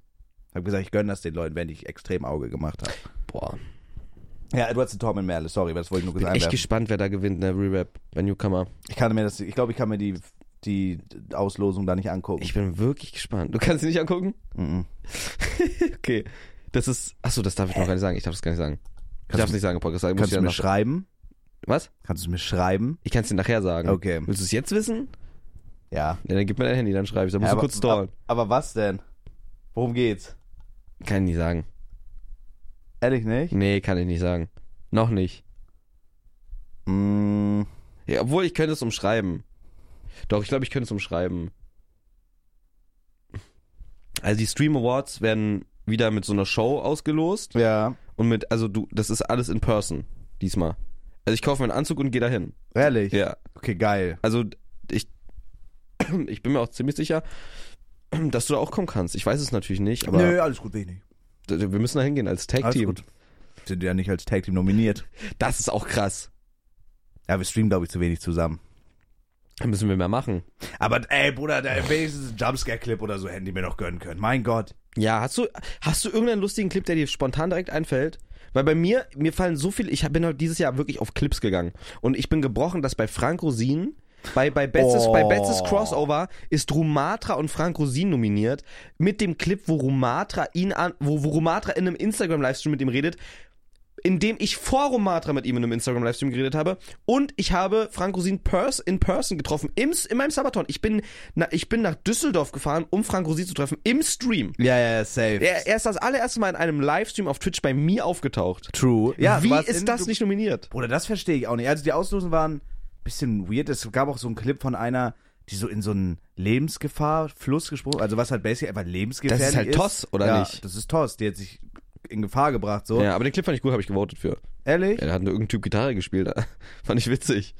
Speaker 2: Hab gesagt, ich gönne das den Leuten, wenn ich extrem Auge gemacht habe.
Speaker 1: Boah.
Speaker 2: Ja, Edward und Torben Merle, sorry, das wollte ich nur
Speaker 1: Bin
Speaker 2: gesagt
Speaker 1: echt
Speaker 2: haben.
Speaker 1: gespannt, wer da gewinnt, ne? Rewrap bei Newcomer.
Speaker 2: Ich kann mir das, ich glaube, ich kann mir die, die Auslosung da nicht angucken.
Speaker 1: Ich bin wirklich gespannt. Du kannst sie nicht angucken?
Speaker 2: Mhm.
Speaker 1: Okay. Das ist. Achso, das darf ich noch gar nicht sagen. Ich darf das gar nicht sagen. Ich
Speaker 2: Kannst
Speaker 1: darf es
Speaker 2: du-
Speaker 1: nicht sagen, im Podcast. Ich muss
Speaker 2: Kannst du
Speaker 1: dir
Speaker 2: mir
Speaker 1: danach-
Speaker 2: schreiben?
Speaker 1: Was?
Speaker 2: Kannst du mir schreiben?
Speaker 1: Ich kann es dir nachher sagen.
Speaker 2: Okay.
Speaker 1: Willst du es jetzt wissen?
Speaker 2: Ja.
Speaker 1: Ja, dann gib mir dein Handy, dann schreibe ich. Dann musst
Speaker 2: ja
Speaker 1: du kurz stallen.
Speaker 2: Aber, aber was denn? Worum geht's?
Speaker 1: Kann ich nicht sagen.
Speaker 2: Ehrlich nicht?
Speaker 1: Nee, kann ich nicht sagen. Noch nicht. Hm.
Speaker 2: Mm,
Speaker 1: Ja, obwohl, ich könnte es umschreiben. Doch, ich glaube, ich könnte es umschreiben. Also die Stream Awards werden wieder mit so einer Show ausgelost.
Speaker 2: ja.
Speaker 1: Und mit, also du, das ist alles in person diesmal. Also ich kaufe mir einen Anzug und gehe dahin.
Speaker 2: Ehrlich?
Speaker 1: Ja.
Speaker 2: Okay, geil.
Speaker 1: Also ich, ich bin mir auch ziemlich sicher, dass du da auch kommen kannst. Ich weiß es natürlich nicht, aber
Speaker 2: Nö, alles gut, will ich nicht.
Speaker 1: d- wir müssen da hingehen als Tag
Speaker 2: Alles
Speaker 1: Team.
Speaker 2: gut. Sind ja nicht als Tag Team nominiert.
Speaker 1: Das ist auch krass.
Speaker 2: Ja, wir streamen, glaube ich, zu wenig zusammen.
Speaker 1: Da müssen wir mehr machen.
Speaker 2: Aber ey, Bruder, da wenigstens ein Jumpscare-Clip oder so hätten die mir noch gönnen können. Mein Gott.
Speaker 1: Ja, hast du, hast du irgendeinen lustigen Clip, der dir spontan direkt einfällt? Weil bei mir, mir fallen so viele, ich hab- bin heute dieses Jahr wirklich auf Clips gegangen. Und ich bin gebrochen, dass bei Frank Rosin, bei, bei Betzes,
Speaker 2: Oh.
Speaker 1: bei Betzes Crossover ist Rumatra und Frank Rosin nominiert. Mit dem Clip, wo Rumatra ihn an, wo, wo Rumatra in einem Instagram-Livestream mit ihm redet. In dem ich vor Rumatra mit ihm in einem Instagram-Livestream geredet habe. Und ich habe Frank Rosin pers in person getroffen. Im, S- in meinem Sabaton. Ich bin, na, ich bin nach Düsseldorf gefahren, um Frank Rosin zu treffen. Im Stream.
Speaker 2: Ja, ja, ja, safe.
Speaker 1: Er, er ist das allererste Mal in einem Livestream auf Twitch bei mir aufgetaucht.
Speaker 2: True. Ja,
Speaker 1: Wie
Speaker 2: du warst
Speaker 1: ist
Speaker 2: in-
Speaker 1: das
Speaker 2: du-
Speaker 1: nicht nominiert?
Speaker 2: Bruder, das verstehe ich auch nicht. Also die Auslosen waren ein bisschen weird. Es gab auch so einen Clip von einer, die so in so einen Lebensgefahr-Fluss gesprungen, also was halt basically einfach lebensgefährlich
Speaker 1: Das
Speaker 2: ist.
Speaker 1: ist halt Toss, oder
Speaker 2: ja,
Speaker 1: nicht?
Speaker 2: das ist Toss. Die hat sich in Gefahr gebracht, so.
Speaker 1: Ja, aber den Clip fand ich gut, habe ich gewotet für.
Speaker 2: Ehrlich?
Speaker 1: Ja, da hat nur irgendein Typ Gitarre gespielt. fand ich witzig.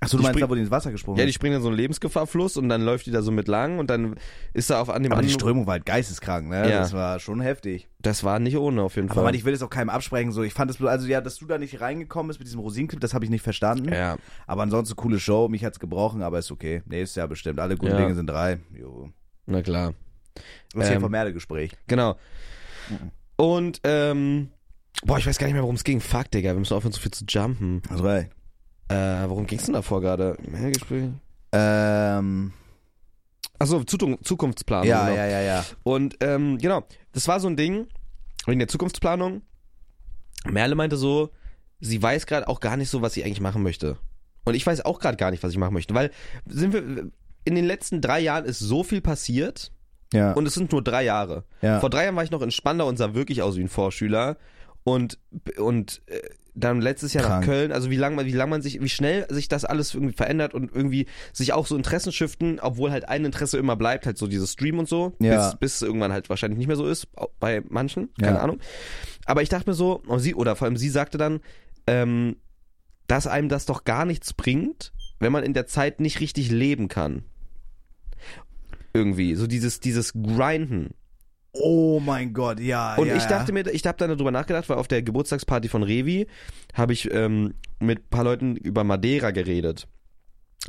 Speaker 2: Achso, du
Speaker 1: Die
Speaker 2: meinst
Speaker 1: spring-
Speaker 2: da, wo die ins Wasser gesprungen
Speaker 1: Ja, die
Speaker 2: ist?
Speaker 1: springen in so einen Lebensgefahrfluss und dann läuft die da so mit lang und dann ist da auf an dem
Speaker 2: Aber die
Speaker 1: anderen.
Speaker 2: Strömung war halt geisteskrank, ne?
Speaker 1: Ja.
Speaker 2: Das war schon heftig.
Speaker 1: Das war nicht ohne auf jeden
Speaker 2: Aber
Speaker 1: Fall.
Speaker 2: man, ich will es auch keinem absprechen, so. Ich fand es bloß, also ja, dass du da nicht reingekommen bist mit diesem Rosinenclip, das habe ich nicht verstanden.
Speaker 1: ja.
Speaker 2: Aber ansonsten coole Show, mich hat's gebrochen, aber ist okay. Nächstes Jahr bestimmt. Alle guten
Speaker 1: Ja.
Speaker 2: Dinge sind drei. Jo.
Speaker 1: Na klar.
Speaker 2: Das ist hier
Speaker 1: Ähm.
Speaker 2: vom Merde-Gespräch.
Speaker 1: Genau. Und, ähm. Boah, ich weiß gar nicht mehr, worum es ging. Fuck, Digga, wir müssen aufhören, so viel zu jumpen.
Speaker 2: Also, ey.
Speaker 1: Äh, worum ging's denn davor gerade? Im Hergespräch?
Speaker 2: Ähm,
Speaker 1: Achso, Zutu- Zukunftsplan.
Speaker 2: ja,
Speaker 1: genau.
Speaker 2: ja, ja, ja.
Speaker 1: Und ähm, genau, das war so ein Ding in der Zukunftsplanung. Merle meinte so, sie weiß gerade auch gar nicht so, was sie eigentlich machen möchte. Und ich weiß auch gerade gar nicht, was ich machen möchte, weil sind wir in den letzten drei Jahren ist so viel passiert
Speaker 2: Ja,
Speaker 1: und es sind nur drei Jahre.
Speaker 2: ja.
Speaker 1: Vor drei Jahren war ich noch in Spandau und sah wirklich aus wie ein Vorschüler und und äh, dann letztes Jahr
Speaker 2: Krank.
Speaker 1: nach Köln, also wie lang man, wie lang man sich, wie schnell sich das alles irgendwie verändert und irgendwie sich auch so Interessen shiften, obwohl halt ein Interesse immer bleibt, halt so dieses Stream und so,
Speaker 2: Ja.
Speaker 1: bis, bis es irgendwann halt wahrscheinlich nicht mehr so ist, auch bei manchen, keine
Speaker 2: Ja.
Speaker 1: Ahnung. Aber ich dachte mir so, und sie, oder vor allem sie sagte dann, ähm, dass einem das doch gar nichts bringt, wenn man in der Zeit nicht richtig leben kann. Irgendwie, so dieses, dieses Grinden.
Speaker 2: oh mein Gott, ja.
Speaker 1: Und
Speaker 2: ja,
Speaker 1: ich dachte
Speaker 2: ja.
Speaker 1: mir, ich habe dann darüber nachgedacht, weil auf der Geburtstagsparty von Revi habe ich ähm, mit ein paar Leuten über Madeira geredet.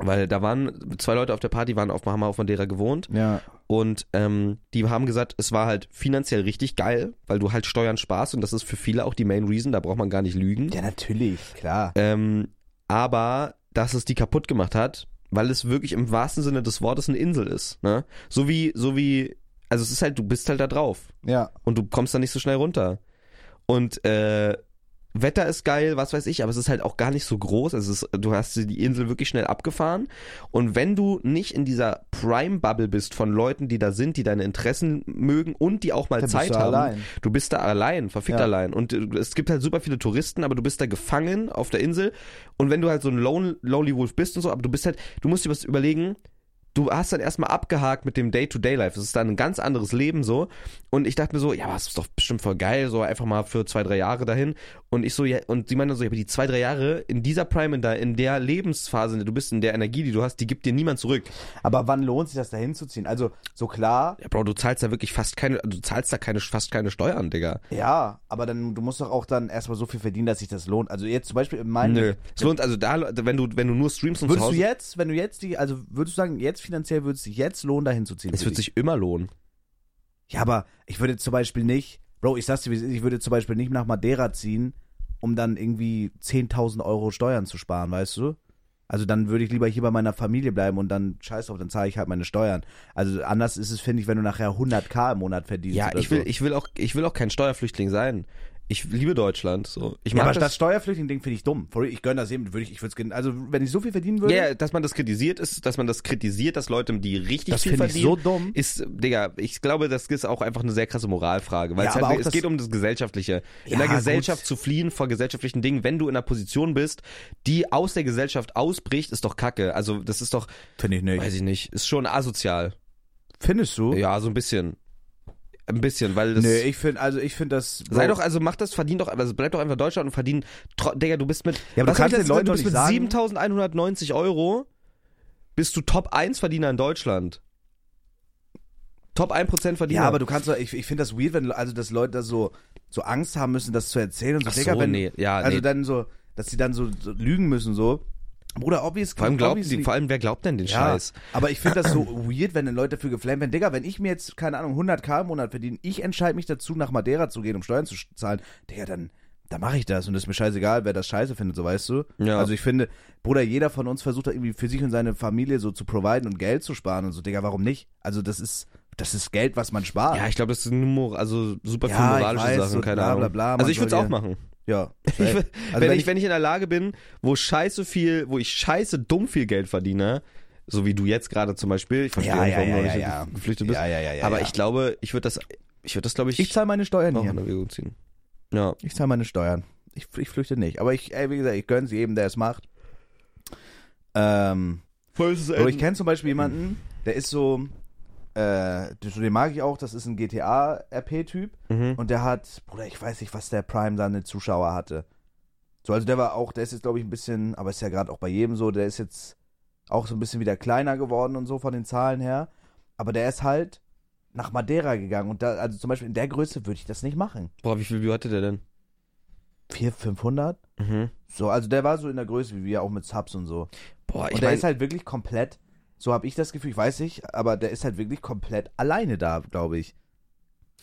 Speaker 1: Weil da waren zwei Leute auf der Party, waren auf, haben auf Madeira gewohnt
Speaker 2: Ja,
Speaker 1: und ähm, die haben gesagt, es war halt finanziell richtig geil, weil du halt Steuern sparst und das ist für viele auch die Main Reason, da braucht man gar nicht lügen.
Speaker 2: ja, natürlich, klar.
Speaker 1: Ähm, aber dass es die kaputt gemacht hat, weil es wirklich im wahrsten Sinne des Wortes eine Insel ist. Ne? So wie, so wie, also es ist halt, du bist halt da drauf
Speaker 2: Ja,
Speaker 1: und du kommst da nicht so schnell runter. Und äh, Wetter ist geil, was weiß ich, aber es ist halt auch gar nicht so groß. Es ist, du hast die Insel wirklich schnell abgefahren. Und wenn du nicht in dieser Prime-Bubble bist von Leuten, die da sind, die deine Interessen mögen und die auch mal
Speaker 2: Dann bist
Speaker 1: Zeit
Speaker 2: du
Speaker 1: haben,
Speaker 2: allein.
Speaker 1: du bist da allein, verfickt
Speaker 2: Ja.
Speaker 1: allein. Und äh, es gibt halt super viele Touristen, aber du bist da gefangen auf der Insel. Und wenn du halt so ein Lone, Lonely Wolf bist und so, aber du bist halt, du musst dir was überlegen, du hast dann erstmal abgehakt mit dem Day-to-Day-Life. Das ist dann ein ganz anderes Leben so. Und ich dachte mir so, ja, aber es ist doch bestimmt voll geil, so einfach mal für zwei, drei Jahre dahin. Und ich so, ja, und die meinen dann so, ja, aber die zwei, drei Jahre in dieser Prime, in der, in der Lebensphase, in der du bist, in der Energie, die du hast, die gibt dir niemand zurück.
Speaker 2: Aber wann lohnt sich das da hinzuziehen? Also, so klar,
Speaker 1: Ja, Bro, du zahlst da wirklich fast keine, du zahlst da keine, fast keine Steuern, Digga.
Speaker 2: ja, aber dann, du musst doch auch dann erstmal so viel verdienen, dass sich das lohnt. Also jetzt zum Beispiel in meinem.
Speaker 1: Nö. Es lohnt, also da, wenn du, wenn du nur streamst und zu
Speaker 2: Würdest du
Speaker 1: Hause,
Speaker 2: jetzt, wenn du jetzt die, also würdest du sagen, jetzt finanziell würde es sich jetzt lohnen, da hinzuziehen?
Speaker 1: es
Speaker 2: für
Speaker 1: wird
Speaker 2: dich?
Speaker 1: sich immer lohnen.
Speaker 2: Ja, aber ich würde zum Beispiel nicht, Bro, ich sag's dir, wie es ist, ich würde zum Beispiel nicht nach Madeira ziehen, um dann irgendwie 10.000 Euro Steuern zu sparen, weißt du? Also dann würde ich lieber hier bei meiner Familie bleiben und dann scheiß drauf, dann zahle ich halt meine Steuern. Also anders ist es, finde ich, wenn du nachher 100k im Monat verdienst.
Speaker 1: Ja,
Speaker 2: oder
Speaker 1: ich will,
Speaker 2: So.
Speaker 1: ich will auch, ich will auch kein Steuerflüchtling sein. Ich liebe Deutschland, so. Ich
Speaker 2: Ja,
Speaker 1: mag
Speaker 2: aber das,
Speaker 1: das.
Speaker 2: Steuerflüchtling-Ding finde ich dumm. For real, Ich gönne das jedem, würde ich, ich würde es, also wenn ich so viel verdienen
Speaker 1: Ja,
Speaker 2: würde,
Speaker 1: ja, dass man das kritisiert ist, dass man das kritisiert, dass Leute, die richtig
Speaker 2: Das
Speaker 1: viel
Speaker 2: finde ich
Speaker 1: verdienen,
Speaker 2: so dumm.
Speaker 1: ist, Digga, ich glaube, das ist auch einfach eine sehr krasse Moralfrage, weil
Speaker 2: Ja,
Speaker 1: es,
Speaker 2: aber
Speaker 1: halt,
Speaker 2: auch
Speaker 1: es
Speaker 2: das-
Speaker 1: geht um das Gesellschaftliche. In
Speaker 2: Ja,
Speaker 1: der Gesellschaft
Speaker 2: gut.
Speaker 1: zu fliehen vor gesellschaftlichen Dingen, wenn du in einer Position bist, die aus der Gesellschaft ausbricht, ist doch Kacke. Also das ist doch,
Speaker 2: finde ich nicht.
Speaker 1: weiß ich nicht, ist schon asozial.
Speaker 2: Findest du?
Speaker 1: Ja, so ein bisschen, ein bisschen, weil das.
Speaker 2: nee, ich finde, also ich finde das.
Speaker 1: Sei doch, also mach das, verdien doch, also bleib doch einfach in Deutschland und verdien, tro- Digga, du bist mit,
Speaker 2: Ja, aber du
Speaker 1: was hab ich
Speaker 2: kannst den
Speaker 1: letztens
Speaker 2: Leuten
Speaker 1: gesagt? du
Speaker 2: doch
Speaker 1: bist
Speaker 2: nicht
Speaker 1: mit 7190
Speaker 2: sagen-
Speaker 1: Euro, bist du Top 1 Verdiener in Deutschland. Top 1% Verdiener.
Speaker 2: Ja, aber du kannst doch, ich, ich finde das weird, wenn Le- also dass Leute da so, so Angst haben müssen, das zu erzählen und so,
Speaker 1: Ach so,
Speaker 2: Digga, wenn,
Speaker 1: nee, ja,
Speaker 2: also
Speaker 1: nee.
Speaker 2: dann so, dass sie dann so, so lügen müssen so. Bruder, obvious,
Speaker 1: vor allem glauben
Speaker 2: obviously-
Speaker 1: die, vor allem, wer glaubt denn den
Speaker 2: ja,
Speaker 1: Scheiß?
Speaker 2: aber ich finde das so weird, wenn dann Leute dafür geflammt werden. Digga, wenn ich mir jetzt, keine Ahnung, 100k im Monat verdiene, ich entscheide mich dazu, nach Madeira zu gehen, um Steuern zu sch- zahlen, Digga, dann, dann mache ich das und ist mir scheißegal, wer das scheiße findet, so weißt du?
Speaker 1: Ja.
Speaker 2: Also ich finde, Bruder, jeder von uns versucht da irgendwie für sich und seine Familie so zu providen und Geld zu sparen und so, Digga, warum nicht? Also das ist, das ist Geld, was man spart.
Speaker 1: Ja, ich glaube, das sind nur, also super
Speaker 2: Ja,
Speaker 1: viele
Speaker 2: ich
Speaker 1: moralische
Speaker 2: weiß,
Speaker 1: Sachen,
Speaker 2: so
Speaker 1: keine
Speaker 2: bla,
Speaker 1: Ahnung.
Speaker 2: bla, bla,
Speaker 1: also
Speaker 2: man
Speaker 1: ich würde es
Speaker 2: soll
Speaker 1: auch
Speaker 2: ja-
Speaker 1: machen.
Speaker 2: Ja.
Speaker 1: Ich,
Speaker 2: also
Speaker 1: wür- wenn, ich, wenn ich in der Lage bin, wo scheiße viel, wo ich scheiße dumm viel Geld verdiene, so wie du jetzt gerade zum Beispiel, ich verstehe
Speaker 2: Ja,
Speaker 1: nicht,
Speaker 2: ja,
Speaker 1: warum
Speaker 2: ja,
Speaker 1: du
Speaker 2: ja,
Speaker 1: nicht
Speaker 2: ja.
Speaker 1: geflüchtet bist,
Speaker 2: Ja, ja, ja, ja,
Speaker 1: aber
Speaker 2: ja.
Speaker 1: ich glaube, ich würde das, ich würde das glaube ich,
Speaker 2: ich zahle meine Steuern
Speaker 1: auch in
Speaker 2: hier.
Speaker 1: Erwägung ziehen. Ja.
Speaker 2: Ich zahle meine Steuern. Ich, ich flüchte nicht. Aber ich, ey, wie gesagt, ich gönne sie jedem, der es macht. Ähm,
Speaker 1: Äh,
Speaker 2: so, ich kenne zum Beispiel jemanden, der ist so, äh, so den mag ich auch, das ist ein GTA-RP-Typ.
Speaker 1: Mhm.
Speaker 2: Und der hat, Bruder, ich weiß nicht, was der Prime da eine Zuschauer hatte. So, also der war auch, der ist jetzt, glaube ich, ein bisschen, aber ist ja gerade auch bei jedem so, der ist jetzt auch so ein bisschen wieder kleiner geworden und so von den Zahlen her. Aber der ist halt nach Madeira gegangen. Und da, also zum Beispiel in der Größe würde ich das nicht machen.
Speaker 1: Boah, wie viel View hatte der denn?
Speaker 2: 400, 500?
Speaker 1: Mhm.
Speaker 2: So, also der war so in der Größe wie wir, auch mit Subs und so.
Speaker 1: Boah, ich
Speaker 2: und der
Speaker 1: mein,
Speaker 2: ist halt wirklich komplett, so habe ich das Gefühl, ich weiß nicht, aber der ist halt wirklich komplett alleine da, glaube ich.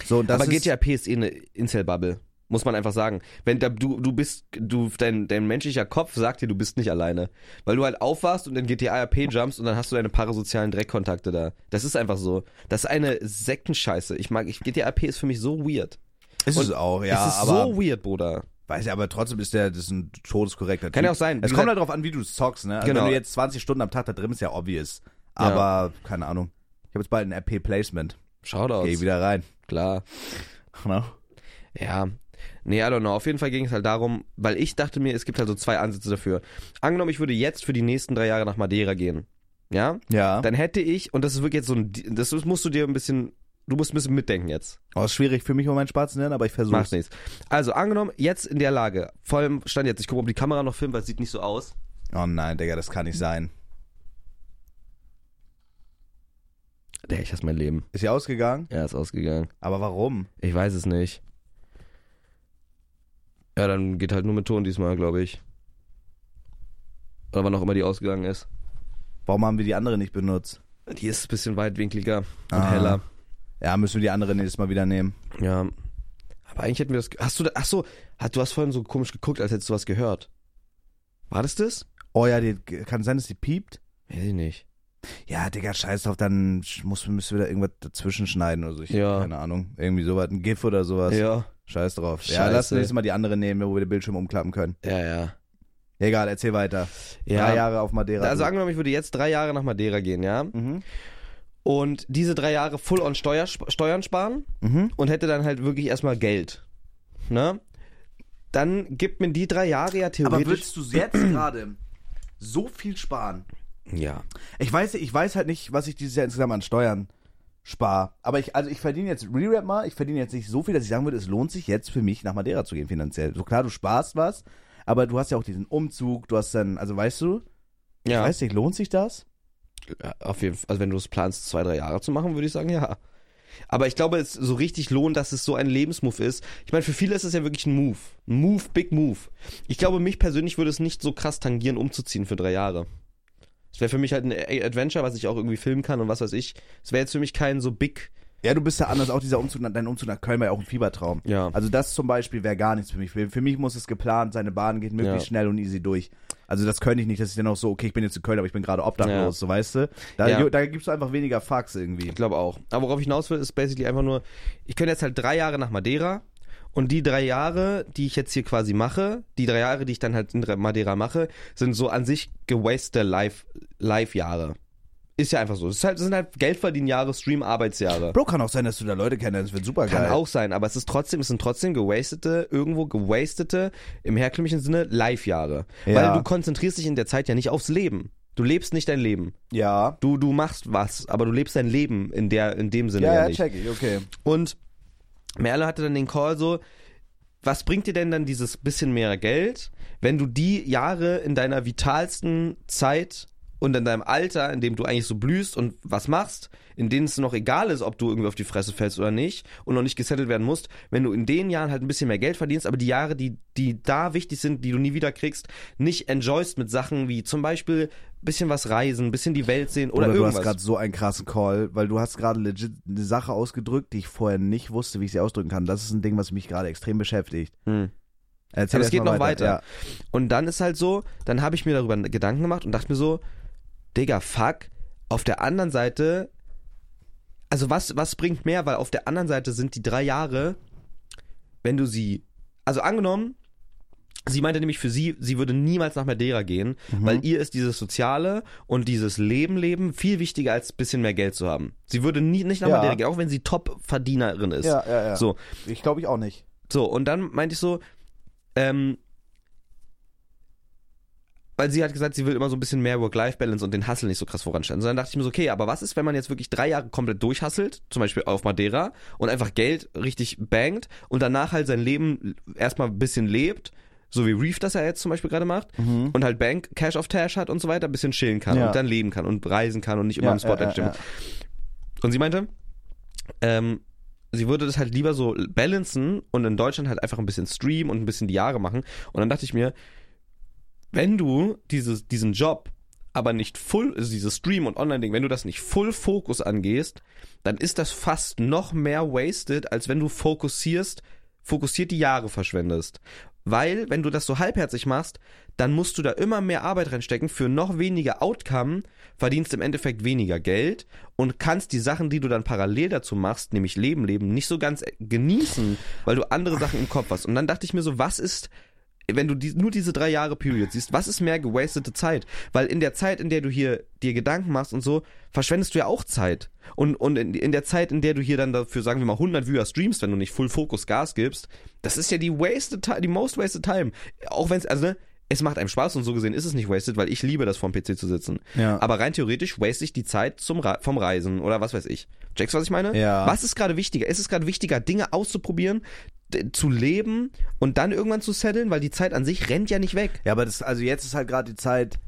Speaker 2: So, und das
Speaker 1: aber
Speaker 2: ist,
Speaker 1: GTA P ist eh eine Incel-Bubble. Muss man einfach sagen. Wenn da, du, du bist, du, dein, dein menschlicher Kopf sagt dir, du bist nicht alleine. Weil du halt aufwachst und in GTA RP jumpst und dann hast du deine parasozialen Dreckkontakte da. Das ist einfach so. Das ist eine Sektenscheiße. Ich mag, ich, GTA P ist für mich so weird.
Speaker 2: ist es
Speaker 1: und
Speaker 2: auch, ja,
Speaker 1: es ist
Speaker 2: aber
Speaker 1: so weird, Bruder.
Speaker 2: weiß ich, aber trotzdem ist der das ist ein todeskorrekter
Speaker 1: Kann
Speaker 2: Typ.
Speaker 1: ja auch sein.
Speaker 2: Es
Speaker 1: Wie
Speaker 2: kommt
Speaker 1: gesagt-
Speaker 2: halt drauf an, wie du es zockst, ne? Also
Speaker 1: Genau.
Speaker 2: Wenn du jetzt 20 Stunden am Tag da drin bist, ja obvious.
Speaker 1: Ja.
Speaker 2: Aber keine Ahnung. Ich habe jetzt bald ein RP Placement.
Speaker 1: Shoutouts.
Speaker 2: Geh wieder rein.
Speaker 1: Klar.
Speaker 2: Ne?
Speaker 1: Ja. Nee, I don't know. Auf jeden Fall ging es halt darum, weil ich dachte mir, es gibt halt so zwei Ansätze dafür. Angenommen, ich würde jetzt für die nächsten drei Jahre nach Madeira gehen. Ja?
Speaker 2: Ja.
Speaker 1: Dann hätte ich, und das ist wirklich jetzt so ein, das musst du dir ein bisschen, du musst ein bisschen mitdenken jetzt.
Speaker 2: Oh, ist schwierig für mich, um meinen Spaß zu nennen, aber ich
Speaker 1: Macht
Speaker 2: versuch's.
Speaker 1: nichts. Also, angenommen, jetzt in der Lage, vor allem Stand jetzt, ich gucke, ob die Kamera noch filmt, weil es sieht nicht so aus.
Speaker 2: Oh nein, Digga, das kann nicht sein.
Speaker 1: Der, ich hasse mein Leben.
Speaker 2: Ist ja ausgegangen,
Speaker 1: Er ist ausgegangen.
Speaker 2: aber warum?
Speaker 1: Ich weiß es nicht. Ja, dann geht halt nur mit Ton diesmal, glaube ich. Oder wann auch immer die ausgegangen ist.
Speaker 2: Warum haben wir die andere nicht benutzt?
Speaker 1: Die ist ein bisschen weitwinkliger und
Speaker 2: Ah.
Speaker 1: heller.
Speaker 2: Ja, müssen wir die andere nächstes Mal wieder nehmen.
Speaker 1: Ja. Aber eigentlich hätten wir das. Hast du da, ach so, hat, du hast vorhin so komisch geguckt, als hättest du was gehört. War das das?
Speaker 2: Oh ja, die, kann sein, dass die piept?
Speaker 1: Weiß ich nicht.
Speaker 2: Ja, Digga, scheiß drauf, dann sch- muss, müssen wir da irgendwas dazwischen schneiden oder so. Ich
Speaker 1: Ja.
Speaker 2: keine Ahnung. Irgendwie sowas, ein GIF oder sowas.
Speaker 1: Ja.
Speaker 2: Scheiß drauf. Ja,
Speaker 1: Scheiße.
Speaker 2: lass nächstes Mal die andere nehmen, wo wir den Bildschirm umklappen können.
Speaker 1: Ja, ja.
Speaker 2: Egal, erzähl weiter.
Speaker 1: Ja.
Speaker 2: Drei Jahre auf Madeira.
Speaker 1: Also
Speaker 2: du.
Speaker 1: angenommen, ich würde jetzt drei Jahre nach Madeira gehen, ja.
Speaker 2: mhm.
Speaker 1: Und diese drei Jahre full on Steuer, Steuern sparen
Speaker 2: Mhm.
Speaker 1: und hätte dann halt wirklich erstmal Geld. Ne? Dann gibt mir die drei Jahre ja
Speaker 2: Aber
Speaker 1: theoretisch.
Speaker 2: würdest du jetzt gerade so viel sparen,
Speaker 1: Ja.
Speaker 2: Ich weiß, ich weiß halt nicht, was ich dieses Jahr insgesamt an Steuern spare. Aber ich, also ich verdiene jetzt Re-Rap mal, ich verdiene jetzt nicht so viel, dass ich sagen würde, es lohnt sich jetzt für mich, nach Madeira zu gehen finanziell. So klar, du sparst was, aber du hast ja auch diesen Umzug, du hast dann, also weißt du,
Speaker 1: Ja.
Speaker 2: ich weiß nicht, lohnt sich das?
Speaker 1: Ja, Auf jeden Fall. Also wenn du es planst, zwei, drei Jahre zu machen, würde ich sagen, ja. Aber ich glaube, es so richtig lohnt, dass es so ein Lebensmove ist. Ich meine, für viele ist es ja wirklich ein Move. Ein Move, big move. Ich glaube, mich persönlich würde es nicht so krass tangieren, umzuziehen für drei Jahre. Es wäre für mich halt ein Adventure, was ich auch irgendwie filmen kann und was weiß ich. Es wäre jetzt für mich kein so big.
Speaker 2: Ja, du bist ja anders, auch dieser Umzug, nach- dein Umzug nach Köln war ja auch ein Fiebertraum.
Speaker 1: Ja.
Speaker 2: Also das zum Beispiel wäre gar nichts für mich. Für für mich muss es geplant sein, eine Bahn geht möglichst
Speaker 1: Ja.
Speaker 2: schnell und easy durch. Also das könnte ich nicht, dass ich dann auch so, okay, ich bin jetzt in Köln, aber ich bin gerade obdachlos,
Speaker 1: Ja.
Speaker 2: so weißt du. Da,
Speaker 1: Ja.
Speaker 2: da gibst du einfach weniger Fucks irgendwie.
Speaker 1: Ich glaube auch. Aber worauf ich hinaus will, ist basically einfach nur, ich könnte jetzt halt drei Jahre nach Madeira und die drei Jahre, die ich jetzt hier quasi mache, die drei Jahre, die ich dann halt in Madeira mache, sind so an sich gewaste Life- Life-Jahre. ist ja einfach so. Es ist halt, es sind halt Geldverdienjahre, Stream-Arbeitsjahre.
Speaker 2: Bro, kann auch sein, dass du da Leute kennst, das wird super
Speaker 1: Kann
Speaker 2: geil.
Speaker 1: auch sein, aber es ist trotzdem, es sind trotzdem gewastete, irgendwo gewastete, im herkömmlichen Sinne, Live-Jahre.
Speaker 2: Ja.
Speaker 1: Weil du konzentrierst dich in der Zeit ja nicht aufs Leben. Du lebst nicht dein Leben.
Speaker 2: Ja.
Speaker 1: Du, du machst was, aber du lebst dein Leben in der, in dem Sinne ja,
Speaker 2: Ja, ja,
Speaker 1: nicht.
Speaker 2: check ich, okay.
Speaker 1: Und Merle hatte dann den Call so, was bringt dir denn dann dieses bisschen mehr Geld, wenn du die Jahre in deiner vitalsten Zeit und in deinem Alter, in dem du eigentlich so blühst und was machst, in denen es noch egal ist, ob du irgendwie auf die Fresse fällst oder nicht und noch nicht gesettelt werden musst, wenn du in den Jahren halt ein bisschen mehr Geld verdienst, aber die Jahre, die, die da wichtig sind, die du nie wieder kriegst, nicht enjoyst mit Sachen wie zum Beispiel ein bisschen was reisen, ein bisschen die Welt sehen oder,
Speaker 2: Oder du hast
Speaker 1: irgendwas.
Speaker 2: gerade so einen krassen Call, weil du hast gerade legit eine Sache ausgedrückt, die ich vorher nicht wusste, wie ich sie ausdrücken kann. Das ist ein Ding, was mich gerade extrem beschäftigt.
Speaker 1: Hm.
Speaker 2: Erzähl
Speaker 1: Aber es
Speaker 2: erst
Speaker 1: geht
Speaker 2: mal
Speaker 1: noch weiter.
Speaker 2: Ja.
Speaker 1: Und dann ist halt so, dann habe ich mir darüber Gedanken gemacht und dachte mir so, Digga, fuck, auf der anderen Seite, also was, was bringt mehr, weil auf der anderen Seite sind die drei Jahre, wenn du sie, also angenommen, sie meinte nämlich für sie, sie würde niemals nach Madeira gehen, weil ihr ist dieses Soziale und dieses Leben leben viel wichtiger als ein bisschen mehr Geld zu haben. Sie würde nie, nicht nach
Speaker 2: Ja.
Speaker 1: Madeira gehen, auch wenn sie Top-Verdienerin ist.
Speaker 2: Ja, ja, ja.
Speaker 1: So,
Speaker 2: Ich glaube ich auch nicht.
Speaker 1: so, und dann meinte ich so, ähm, weil sie hat gesagt, sie will immer so ein bisschen mehr Work-Life-Balance und den Hustle nicht so krass voranstellen. So, dann dachte ich mir so, okay, aber was ist, wenn man jetzt wirklich drei Jahre komplett durchhustelt, zum Beispiel auf Madeira, und einfach Geld richtig bangt und danach halt sein Leben erstmal ein bisschen lebt, so wie Reef das er jetzt zum Beispiel gerade macht, und halt Bank, Cash auf Tash hat und so weiter, ein bisschen chillen kann
Speaker 2: Ja.
Speaker 1: und dann leben kann und reisen kann und nicht immer
Speaker 2: Ja,
Speaker 1: im Spotlight
Speaker 2: ja, ja,
Speaker 1: stehen
Speaker 2: ja.
Speaker 1: muss. Und sie meinte, ähm, sie würde das halt lieber so balancen und in Deutschland halt einfach ein bisschen streamen und ein bisschen die Jahre machen. Und dann dachte ich mir, wenn du dieses, diesen Job aber nicht full, also dieses Stream und Online-Ding, wenn du das nicht full Fokus angehst, dann ist das fast noch mehr wasted, als wenn du fokussierst, fokussiert die Jahre verschwendest. Weil, wenn du das so halbherzig machst, dann musst du da immer mehr Arbeit reinstecken für noch weniger Outcome, verdienst im Endeffekt weniger Geld und kannst die Sachen, die du dann parallel dazu machst, nämlich Leben, Leben, nicht so ganz genießen, weil du andere Sachen im Kopf hast. Und dann dachte ich mir so, was ist, wenn du die, nur diese drei Jahre Period siehst, was ist mehr gewastete Zeit? Weil in der Zeit, in der du hier dir Gedanken machst und so, verschwendest du ja auch Zeit. Und, und in, in der Zeit, in der du hier dann dafür, sagen wir mal, 100 Viewer streamst, wenn du nicht Full Focus Gas gibst, das ist ja die wasted time, die most wasted time. Auch wenn es, also, ne, es macht einem Spaß und so gesehen ist es nicht wasted, weil ich liebe das vorm PC zu sitzen.
Speaker 2: Ja.
Speaker 1: Aber rein theoretisch waste ich die Zeit zum Re vom Reisen oder was weiß ich. Checkst du, was ich meine?
Speaker 2: Ja.
Speaker 1: Was ist gerade wichtiger? Ist es gerade wichtiger, Dinge auszuprobieren, d- zu leben und dann irgendwann zu setteln, weil die Zeit an sich rennt ja nicht weg.
Speaker 2: Ja, aber das, also jetzt ist halt gerade die Zeit,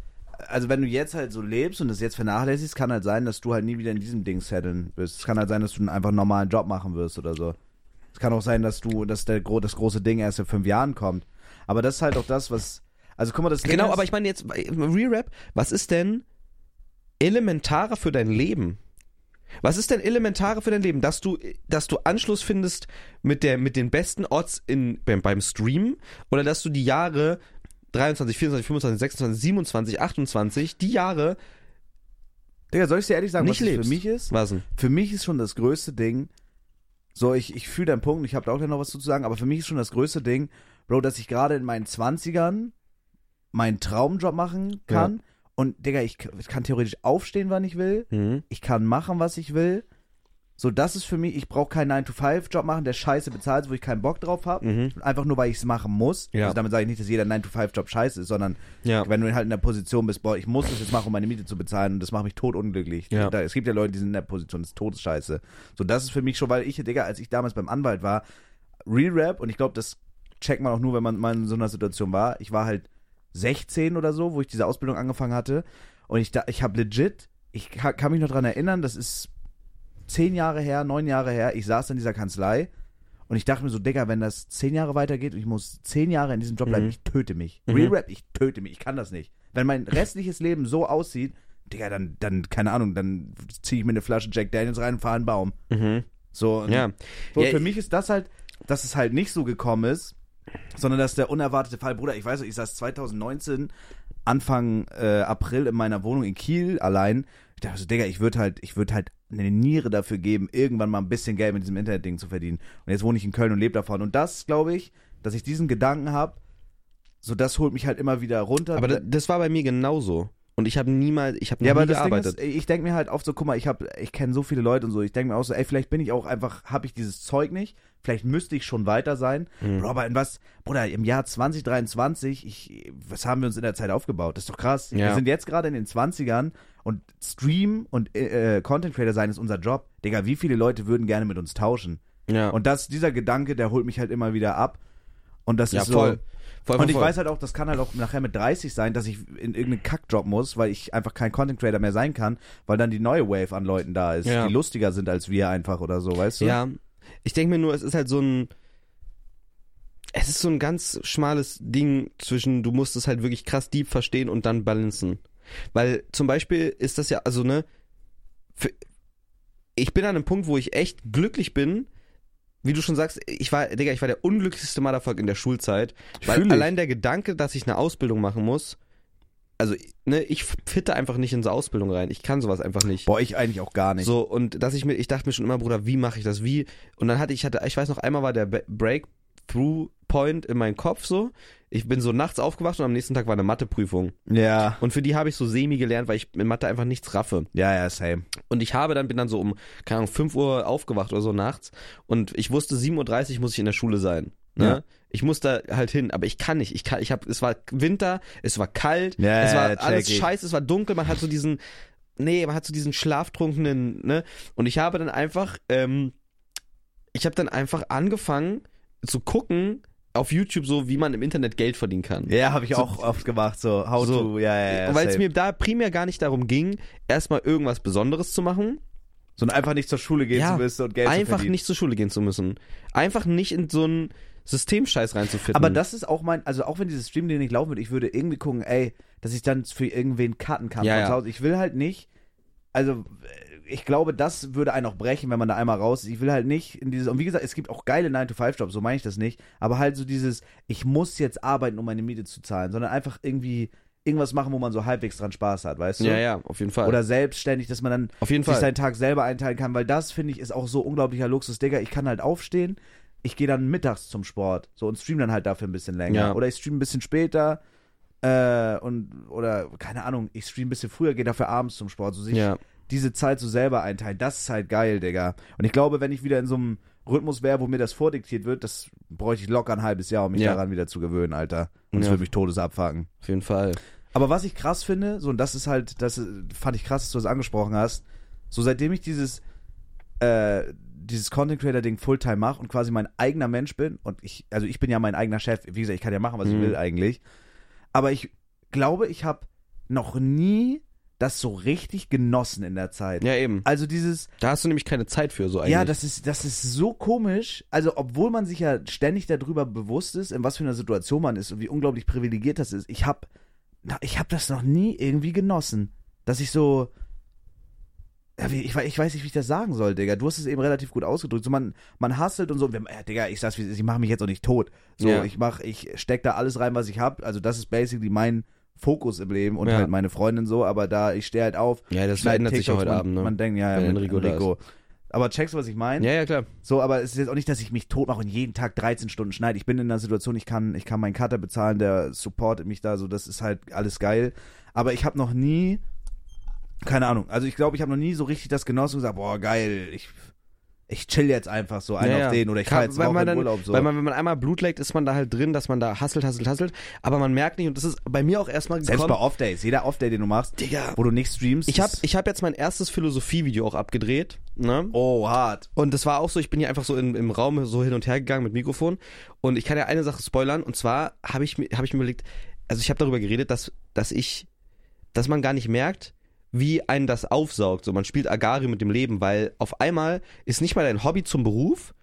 Speaker 2: also wenn du jetzt halt so lebst und das jetzt vernachlässigst, kann halt sein, dass du halt nie wieder in diesem Ding setteln wirst. Es kann halt sein, dass du einen einfach normalen Job machen wirst oder so. Es kann auch sein, dass du, dass der, gro- das große Ding erst in fünf Jahren kommt. Aber das ist halt auch das, was, also guck mal, das Ding
Speaker 1: Genau,
Speaker 2: ist,
Speaker 1: aber ich meine jetzt, äh, Re-Rap, was ist denn elementarer für dein Leben? Was ist denn elementare für dein Leben, dass du, dass du Anschluss findest mit der, mit den besten Odds in, beim, beim Stream oder dass du die Jahre 23, 24, 25, 26, 27, 28, die Jahre
Speaker 2: Digga, soll ich dir ehrlich sagen,
Speaker 1: nicht
Speaker 2: was das
Speaker 1: lebst?
Speaker 2: für mich ist?
Speaker 1: Was denn?
Speaker 2: Für mich ist schon das größte Ding, so ich, ich fühle deinen Punkt, ich habe da auch gleich noch was zu sagen, aber für mich ist schon das größte Ding, Bro, dass ich gerade in meinen 20ern meinen Traumjob machen kann. Und Digga, ich, k- ich kann theoretisch aufstehen, wann ich will.
Speaker 1: Mhm.
Speaker 2: Ich kann machen, was ich will. So, das ist für mich, ich brauche keinen 9-to-5-Job machen, der scheiße bezahlt, ist, wo ich keinen Bock drauf habe. Einfach nur, weil ich es machen muss.
Speaker 1: Ja.
Speaker 2: Also damit sage ich nicht, dass jeder 9-to-5-Job scheiße ist, sondern
Speaker 1: Ja.
Speaker 2: wenn du halt in der Position bist, boah, ich muss das jetzt machen, um meine Miete zu bezahlen und das macht mich totunglücklich.
Speaker 1: Ja.
Speaker 2: Da, es gibt ja Leute, die sind in der Position des Todes scheiße. So, das ist für mich schon, weil ich, Digga, als ich damals beim Anwalt war, Real Rap, und ich glaube, das checkt man auch nur, wenn man mal in so einer Situation war. Ich war halt 16 oder so, wo ich diese Ausbildung angefangen hatte. Und ich, da, ich habe legit, ich ka- kann mich noch dran erinnern, das ist zehn Jahre her, neun Jahre her, ich saß in dieser Kanzlei und ich dachte mir so, Digga, wenn das zehn Jahre weitergeht und ich muss zehn Jahre in diesem Job bleiben,
Speaker 1: Mhm.
Speaker 2: ich töte mich.
Speaker 1: Mhm.
Speaker 2: Real Rap, ich töte mich, ich kann das nicht. Wenn mein restliches Leben so aussieht, Digga, dann, dann, keine Ahnung, dann ziehe ich mir eine Flasche Jack Daniels rein und fahre einen Baum.
Speaker 1: Mhm.
Speaker 2: So, und
Speaker 1: Ja.
Speaker 2: so,
Speaker 1: Ja,
Speaker 2: für
Speaker 1: ich-
Speaker 2: mich ist das halt, dass es halt nicht so gekommen ist, sondern dass der unerwartete Fall, Bruder, ich weiß, nicht, ich saß 2019 Anfang äh, April in meiner Wohnung in Kiel allein. Ich dachte so, Digga, ich würde halt, ich würde halt eine Niere dafür geben, irgendwann mal ein bisschen Geld mit diesem Internetding zu verdienen. Und jetzt wohne ich in Köln und lebe davon. Und das, glaube ich, dass ich diesen Gedanken habe, so das holt mich halt immer wieder runter.
Speaker 1: Aber das, das war bei mir genauso. Und ich habe niemals, ich habe nie
Speaker 2: Ja, aber das Ding
Speaker 1: gearbeitet.
Speaker 2: ist, ich denke mir halt oft so, guck mal, ich hab, ich kenne so viele Leute und so, ich denke mir auch so, ey, vielleicht bin ich auch einfach, habe ich dieses Zeug nicht, vielleicht müsste ich schon weiter sein.
Speaker 1: Mhm.
Speaker 2: Bro, aber in was, Bruder, im Jahr 2023, ich, was haben wir uns in der Zeit aufgebaut? Das ist doch krass.
Speaker 1: Ja.
Speaker 2: Wir sind jetzt gerade in den 20ern und Stream und äh, äh, Content Creator sein ist unser Job. Digga, wie viele Leute würden gerne mit uns tauschen?
Speaker 1: ja.
Speaker 2: Und das, dieser Gedanke, der holt mich halt immer wieder ab. Und das
Speaker 1: ja,
Speaker 2: ist
Speaker 1: voll.
Speaker 2: so.
Speaker 1: voll, voll
Speaker 2: Und ich
Speaker 1: voll.
Speaker 2: weiß halt auch, das kann halt auch nachher mit 30 sein, dass ich in irgendeinen Kackjob muss, weil ich einfach kein Content Creator mehr sein kann, weil dann die neue Wave an Leuten da ist,
Speaker 1: Ja.
Speaker 2: die lustiger sind als wir einfach oder so, weißt du?
Speaker 1: Ja, ich denke mir nur, es ist halt so ein. Es ist so ein ganz schmales Ding zwischen, du musst es halt wirklich krass deep verstehen und dann balancen. Weil zum Beispiel ist das ja, also ne, für, ich bin an einem Punkt, wo ich echt glücklich bin. Wie du schon sagst, ich war, Digga, ich war der unglücklichste Motherfucker in der Schulzeit. Weil
Speaker 2: Fühl ich.
Speaker 1: allein der Gedanke, dass ich eine Ausbildung machen muss, also, ne, ich fitte einfach nicht in so Ausbildung rein. Ich kann sowas einfach nicht.
Speaker 2: Boah, ich eigentlich auch gar nicht.
Speaker 1: So, und dass ich mir, ich dachte mir schon immer, Bruder, wie mache ich das? Wie? Und dann hatte ich, hatte, ich weiß noch, einmal war der Be- Breakthrough-Point in meinem Kopf so. Ich bin so nachts aufgewacht und am nächsten Tag war eine Matheprüfung.
Speaker 2: Ja.
Speaker 1: Und für die habe ich so semi gelernt, weil ich in Mathe einfach nichts raffe.
Speaker 2: Ja, ja, same.
Speaker 1: Und ich habe dann, bin dann so um, keine Ahnung, 5 Uhr aufgewacht oder so nachts. Und ich wusste, 7.30 Uhr muss ich in der Schule sein. Ne?
Speaker 2: Ja.
Speaker 1: Ich muss da halt hin, aber ich kann nicht. Ich kann, ich hab, es war Winter, es war kalt,
Speaker 2: Ja,
Speaker 1: es war
Speaker 2: ja, check
Speaker 1: alles
Speaker 2: ich.
Speaker 1: scheiße, es war dunkel, man hat so diesen, nee, man hat so diesen schlaftrunkenen, ne? Und ich habe dann einfach, ähm, ich habe dann einfach angefangen zu gucken auf YouTube so, wie man im Internet Geld verdienen kann.
Speaker 2: Ja, habe ich
Speaker 1: So-
Speaker 2: auch oft gemacht, so how
Speaker 1: So.
Speaker 2: to, ja, ja, ja.
Speaker 1: Weil es
Speaker 2: same.
Speaker 1: mir da primär gar nicht darum ging, erstmal irgendwas Besonderes zu machen,
Speaker 2: so ein einfach nicht zur Schule gehen
Speaker 1: Ja,
Speaker 2: zu müssen und Geld zu
Speaker 1: einfach
Speaker 2: verdienen.
Speaker 1: nicht zur Schule gehen zu müssen. Einfach nicht in so einen Systemscheiß reinzufitten.
Speaker 2: Aber das ist auch mein, also auch wenn dieses Stream den nicht laufen würde, ich würde irgendwie gucken, ey, dass ich dann für irgendwen cutten kann.
Speaker 1: Ja,
Speaker 2: von
Speaker 1: ja.
Speaker 2: zu Hause. Ich will halt nicht, also äh, ich glaube, das würde einen auch brechen, wenn man da einmal raus ist. Ich will halt nicht in dieses, und wie gesagt, es gibt auch geile 9-to-5-Jobs, so meine ich das nicht, aber halt so dieses, ich muss jetzt arbeiten, um meine Miete zu zahlen, sondern einfach irgendwie irgendwas machen, wo man so halbwegs dran Spaß hat, weißt du?
Speaker 1: ja, ja, auf jeden Fall.
Speaker 2: Oder halt- selbstständig, dass man dann
Speaker 1: auf jeden
Speaker 2: sich
Speaker 1: Fall.
Speaker 2: seinen Tag selber einteilen kann, weil das finde ich ist auch so unglaublicher Luxus, Digga. Ich kann halt aufstehen, ich gehe dann mittags zum Sport, so und stream dann halt dafür ein bisschen länger
Speaker 1: Ja.
Speaker 2: oder ich stream ein bisschen später äh, und oder keine Ahnung, ich stream ein bisschen früher, gehe dafür abends zum Sport, so sich
Speaker 1: Ja,
Speaker 2: diese Zeit so selber einteilen. Das ist halt geil, Digga. Und ich glaube, wenn ich wieder in so einem Rhythmus wäre, wo mir das vordiktiert wird, das bräuchte ich locker ein halbes Jahr, um mich
Speaker 1: Ja.
Speaker 2: daran wieder zu gewöhnen, Alter. Und es
Speaker 1: Ja.
Speaker 2: würde mich Todes abfacken.
Speaker 1: auf jeden Fall.
Speaker 2: Aber was ich krass finde, so und das ist halt, das äh, fand ich krass, dass du das angesprochen hast. So seitdem ich dieses äh, dieses Content Creator Ding Fulltime mache und quasi mein eigener Mensch bin und ich, also ich bin ja mein eigener Chef. Wie gesagt, ich kann ja machen, was
Speaker 1: Mhm.
Speaker 2: ich will eigentlich. Aber ich glaube, ich habe noch nie das so richtig genossen in der Zeit.
Speaker 1: Ja, eben.
Speaker 2: Also dieses
Speaker 1: Da hast du nämlich keine Zeit für so eigentlich.
Speaker 2: ja, das ist, das ist so komisch. Also, obwohl man sich ja ständig darüber bewusst ist, in was für einer Situation man ist und wie unglaublich privilegiert das ist, ich hab, na, ich hab das noch nie irgendwie genossen. Dass ich so. Ja, wie, ich, wei- ich weiß nicht, wie ich das sagen soll, Digga. Du hast es eben relativ gut ausgedrückt. So, man, man hustelt und so. Wir, ja, Digga, ich sag's, wie es ist, ich mache mich jetzt auch nicht tot. So,
Speaker 1: Ja.
Speaker 2: ich mach, ich steck da alles rein, was ich hab. Also, das ist basically mein Fokus im Leben und
Speaker 1: Ja.
Speaker 2: halt meine Freundin so. Aber da, ich stehe halt auf.
Speaker 1: ja, das
Speaker 2: schneid
Speaker 1: verändert sich ja
Speaker 2: TikToks,
Speaker 1: heute
Speaker 2: man,
Speaker 1: Abend, ne?
Speaker 2: Man denkt, ja, ja,
Speaker 1: Wenn
Speaker 2: mit
Speaker 1: Enrico
Speaker 2: Enrico.
Speaker 1: da ist.
Speaker 2: Aber checkst du, was ich meine?
Speaker 1: ja, ja, klar.
Speaker 2: So, aber es ist jetzt auch nicht, dass ich mich tot mache und jeden Tag 13 Stunden schneide. Ich bin in einer Situation, ich kann, ich kann meinen Cutter bezahlen, der supportet mich da, so das ist halt alles geil. Aber ich habe noch nie, keine Ahnung, also ich glaube, ich habe noch nie so richtig das genossen und gesagt, boah, geil, ich ich chill jetzt einfach so einen
Speaker 1: Ja, ja.
Speaker 2: auf den oder ich
Speaker 1: Kann-
Speaker 2: fahr jetzt
Speaker 1: weil
Speaker 2: auch
Speaker 1: man
Speaker 2: in
Speaker 1: dann,
Speaker 2: Urlaub so.
Speaker 1: Weil man, wenn man einmal Blut leckt, ist man da halt drin, dass man da hasselt, hasselt, hasselt. Aber man merkt nicht, und das ist bei mir auch erstmal
Speaker 2: Selbst
Speaker 1: gekommen.
Speaker 2: bei Off-Days, jeder Off-Day, den du machst,
Speaker 1: Digga.
Speaker 2: wo du nicht streamst.
Speaker 1: Ich habe
Speaker 2: ist-
Speaker 1: ich hab jetzt mein erstes Philosophie-Video auch abgedreht. Ne?
Speaker 2: Oh, hart.
Speaker 1: Und das war auch so, ich bin hier einfach so im, im Raum so hin und her gegangen mit Mikrofon. Und ich kann ja eine Sache spoilern. Und zwar habe ich, mir- hab ich mir überlegt, also ich habe darüber geredet, dass, dass ich, dass man gar nicht merkt, wie einen das aufsaugt. So, man spielt Agari mit dem Leben, weil auf einmal ist nicht mal dein Hobby zum Beruf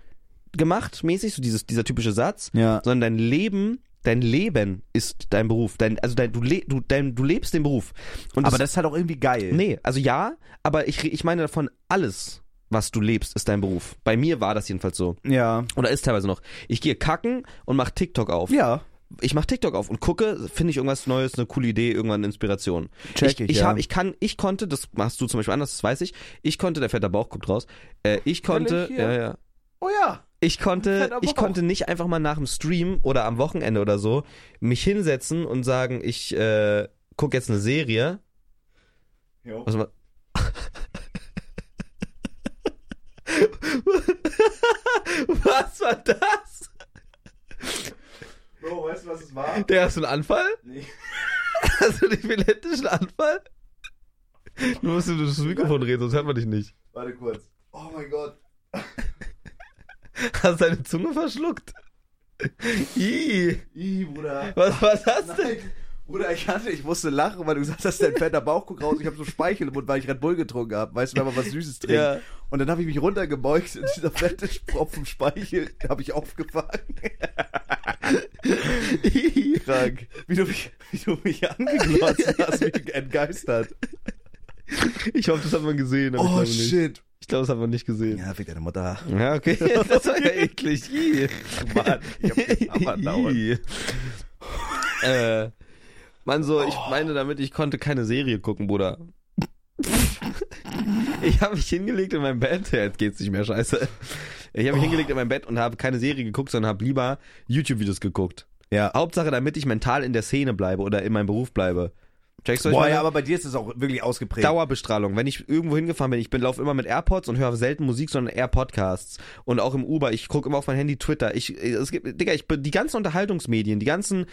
Speaker 1: gemacht, mäßig, so dieses, dieser typische Satz,
Speaker 2: Ja.
Speaker 1: sondern dein Leben, dein Leben ist dein Beruf. Dein, also dein, du, le, du, dein, du lebst den Beruf. Und
Speaker 2: Aber das ist halt auch irgendwie geil.
Speaker 1: Nee, also ja, aber ich, re- ich meine davon, alles, was du lebst, ist dein Beruf. Bei mir war das jedenfalls so.
Speaker 2: Ja.
Speaker 1: Oder ist teilweise noch. Ich gehe kacken und mache TikTok auf.
Speaker 2: Ja.
Speaker 1: Ich mache TikTok auf und gucke, finde ich irgendwas Neues, eine coole Idee, irgendwann eine Inspiration.
Speaker 2: Check
Speaker 1: ich,
Speaker 2: ich,
Speaker 1: ich,
Speaker 2: ja.
Speaker 1: hab, ich kann, ich konnte, das machst du zum Beispiel anders, das weiß ich. Ich konnte, der fette Bauch guckt raus. Äh, ich konnte,
Speaker 2: Völlig hier.
Speaker 1: ja, ja.
Speaker 2: Oh ja.
Speaker 1: Ich konnte,
Speaker 2: Fetter Bauch.
Speaker 1: ich konnte nicht einfach mal nach dem Stream oder am Wochenende oder so mich hinsetzen und sagen, ich äh, gucke jetzt eine Serie.
Speaker 2: Jo.
Speaker 1: Was ma- Was war das?
Speaker 2: Bro, weißt du, was es war?
Speaker 1: Der hast du einen Anfall?
Speaker 2: Nee.
Speaker 1: Hast du einen epileptischen Anfall? Du musst in das Mikrofon reden, sonst hört man dich nicht.
Speaker 2: Warte kurz. Oh mein Gott.
Speaker 1: Hast deine Zunge verschluckt? Ih,
Speaker 2: Ih, Bruder.
Speaker 1: was war das denn?
Speaker 2: Nein. Bruder, ich hatte, ich musste lachen, weil du gesagt hast, dein fetter Bauch guckt raus. Ich habe so Speichel im Mund, weil ich Red Bull getrunken habe. Weißt du, wenn man was Süßes trinkt.
Speaker 1: Ja.
Speaker 2: Und dann habe ich mich runtergebeugt und dieser fette Tropfen Speichel habe ich aufgefangen.
Speaker 1: Ih.
Speaker 2: Krank. Wie du mich, wie du mich angeglotzt hast, wie entgeistert.
Speaker 1: Ich hoffe, das hat man gesehen. aber ich
Speaker 2: Oh
Speaker 1: glaube nicht.
Speaker 2: shit.
Speaker 1: Ich glaube, das hat man nicht gesehen.
Speaker 2: Ja, fick deine Mutter.
Speaker 1: Ja, okay. Das war ja eklig. Ih.
Speaker 2: Mann, ich hab geklammert dauernd.
Speaker 1: Ih. äh, Mann, so, ich
Speaker 2: Oh.
Speaker 1: meine damit, ich konnte keine Serie gucken, Bruder. ich habe mich hingelegt in mein Bett. Ja, Jetzt geht's nicht mehr, scheiße. Ich
Speaker 2: Oh.
Speaker 1: habe mich hingelegt in mein Bett und habe keine Serie geguckt, sondern habe lieber YouTube-Videos geguckt.
Speaker 2: Ja.
Speaker 1: Hauptsache, damit ich mental in der Szene bleibe oder in meinem Beruf bleibe. Checkst du, was ich
Speaker 2: Boah,
Speaker 1: meine?
Speaker 2: ja, aber bei dir ist es auch wirklich ausgeprägt.
Speaker 1: Dauerbestrahlung. Wenn ich irgendwo hingefahren bin, ich bin laufe immer mit AirPods und höre selten Musik, sondern eher Podcasts. Und auch im Uber, ich gucke immer auf mein Handy Twitter. Ich, es gibt, Digga, ich, bin- die ganzen Unterhaltungsmedien, die ganzen,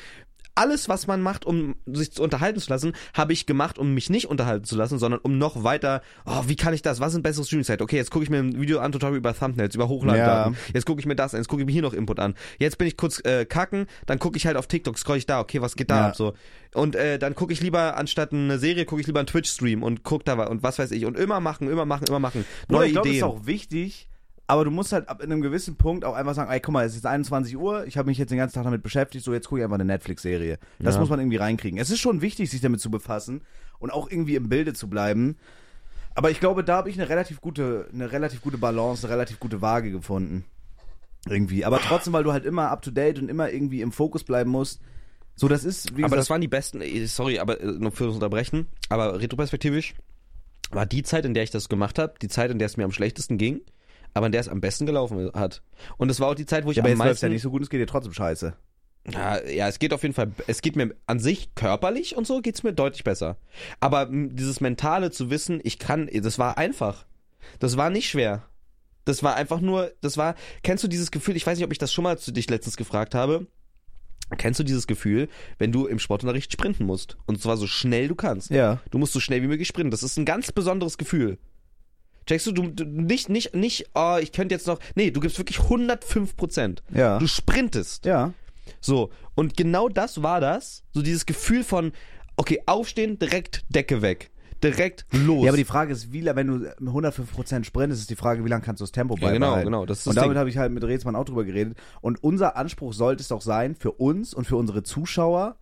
Speaker 1: alles, was man macht, um sich zu unterhalten zu lassen, habe ich gemacht, um mich nicht unterhalten zu lassen, sondern um noch weiter, oh, wie kann ich das? Was sind bessere Streaming-Zeit? Okay, jetzt gucke ich mir ein Video an, Tutorial über Thumbnails, über Hochladen.
Speaker 2: Ja.
Speaker 1: Jetzt gucke ich mir das an, jetzt gucke ich mir hier noch Input an. Jetzt bin ich kurz äh, kacken, dann gucke ich halt auf TikTok, scroll ich da, okay, was geht da
Speaker 2: Ja.
Speaker 1: ab so. Und äh, dann gucke ich lieber anstatt eine Serie, gucke ich lieber einen Twitch Stream und guck da wa- und was weiß ich und immer machen, immer machen, immer machen.
Speaker 2: Bruder,
Speaker 1: Neue
Speaker 2: ich glaube, das
Speaker 1: Ideen.
Speaker 2: ist auch wichtig, aber du musst halt ab in einem gewissen Punkt auch einfach sagen, ey, guck mal, es ist 21 Uhr, ich habe mich jetzt den ganzen Tag damit beschäftigt, so jetzt gucke ich einfach eine Netflix-Serie. Das
Speaker 1: Ja.
Speaker 2: muss man irgendwie reinkriegen. Es ist schon wichtig, sich damit zu befassen und auch irgendwie im Bilde zu bleiben. Aber ich glaube, da habe ich eine relativ gute, eine relativ gute Balance, eine relativ gute Waage gefunden. Irgendwie. Aber trotzdem, weil du halt immer up to date und immer irgendwie im Fokus bleiben musst. So, das ist, wie
Speaker 1: aber das
Speaker 2: gesagt,
Speaker 1: waren die besten, eh, sorry, aber äh, nur für das Unterbrechen, aber retroperspektivisch war die Zeit, in der ich das gemacht habe, die Zeit, in der es mir am schlechtesten ging, aber in der es am besten gelaufen hat. Und es war auch die Zeit, wo ich
Speaker 2: aber
Speaker 1: am
Speaker 2: jetzt läuft's ja
Speaker 1: meisten
Speaker 2: nicht so gut, es geht dir trotzdem scheiße.
Speaker 1: Ja, Ah, ja, es geht auf jeden Fall, es geht mir an sich körperlich und so geht's mir deutlich besser. Aber m, dieses mentale zu wissen, ich kann, das war einfach. Das war nicht schwer. Das war einfach nur, das war, kennst du dieses Gefühl, ich weiß nicht, ob ich das schon mal zu dich letztens gefragt habe. Kennst du dieses Gefühl, wenn du im Sportunterricht sprinten musst? Und zwar so schnell du kannst.
Speaker 2: Ja.
Speaker 1: Du musst so schnell wie möglich sprinten. Das ist ein ganz besonderes Gefühl. Checkst du, du, du nicht, nicht, nicht, oh, ich könnte jetzt noch, nee, du gibst wirklich 105 Prozent.
Speaker 2: Ja.
Speaker 1: Du sprintest.
Speaker 2: Ja.
Speaker 1: So, und genau das war das. So dieses Gefühl von, okay, aufstehen, direkt Decke weg. Direkt los.
Speaker 2: Ja, aber die Frage ist, wie lange, wenn du 105% sprintest, ist die Frage, wie lange kannst du das Tempo
Speaker 1: Ja, genau,
Speaker 2: beibehalten?
Speaker 1: genau, das ist
Speaker 2: und
Speaker 1: das
Speaker 2: damit
Speaker 1: Ding.
Speaker 2: habe ich halt mit Rezmann auch drüber geredet. Und unser Anspruch sollte es doch sein, für uns und für unsere Zuschauer,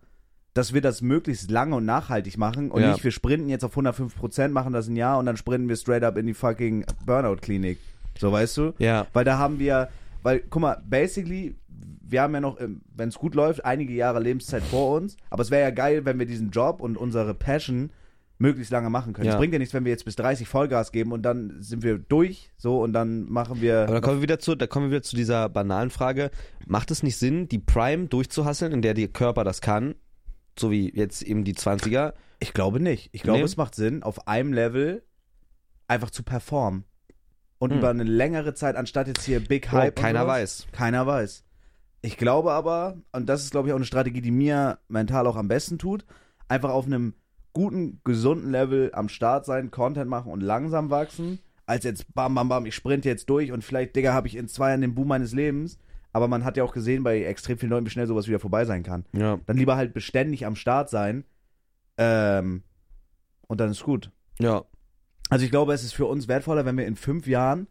Speaker 2: dass wir das möglichst lange und nachhaltig machen und
Speaker 1: Ja.
Speaker 2: nicht, wir sprinten jetzt auf 105%, machen das ein Jahr und dann sprinten wir straight up in die fucking Burnout-Klinik. So, weißt du?
Speaker 1: Ja.
Speaker 2: Weil da haben wir, weil, guck mal, basically, wir haben ja noch, wenn es gut läuft, einige Jahre Lebenszeit vor uns. Aber es wäre ja geil, wenn wir diesen Job und unsere Passion möglichst lange machen können. Es
Speaker 1: Ja.
Speaker 2: bringt ja nichts, wenn wir jetzt bis 30 Vollgas geben und dann sind wir durch, so, und dann machen wir.
Speaker 1: aber da kommen wir wieder zu, da kommen wir wieder zu dieser banalen Frage. Macht es nicht Sinn, die Prime durchzuhasseln, in der der Körper das kann? So wie jetzt eben die 20er.
Speaker 2: ich glaube nicht. Ich glaube,
Speaker 1: Nee.
Speaker 2: es macht Sinn, auf einem Level einfach zu performen. und über eine längere Zeit, anstatt jetzt hier Big Hype. und
Speaker 1: keiner
Speaker 2: sowas.
Speaker 1: weiß.
Speaker 2: Hm. Keiner weiß. Ich glaube aber, und das ist, glaube ich, auch eine Strategie, die mir mental auch am besten tut, einfach auf einem guten, gesunden Level am Start sein, Content machen und langsam wachsen, als jetzt bam, bam, bam, ich sprinte jetzt durch und vielleicht, Digga, habe ich in zwei Jahren den Boom meines Lebens. Aber man hat ja auch gesehen bei extrem vielen Leuten, wie schnell sowas wieder vorbei sein kann.
Speaker 1: Ja.
Speaker 2: Dann lieber halt beständig am Start sein. Ähm, und dann ist gut.
Speaker 1: Ja.
Speaker 2: Also ich glaube, es ist für uns wertvoller, wenn wir in fünf Jahren,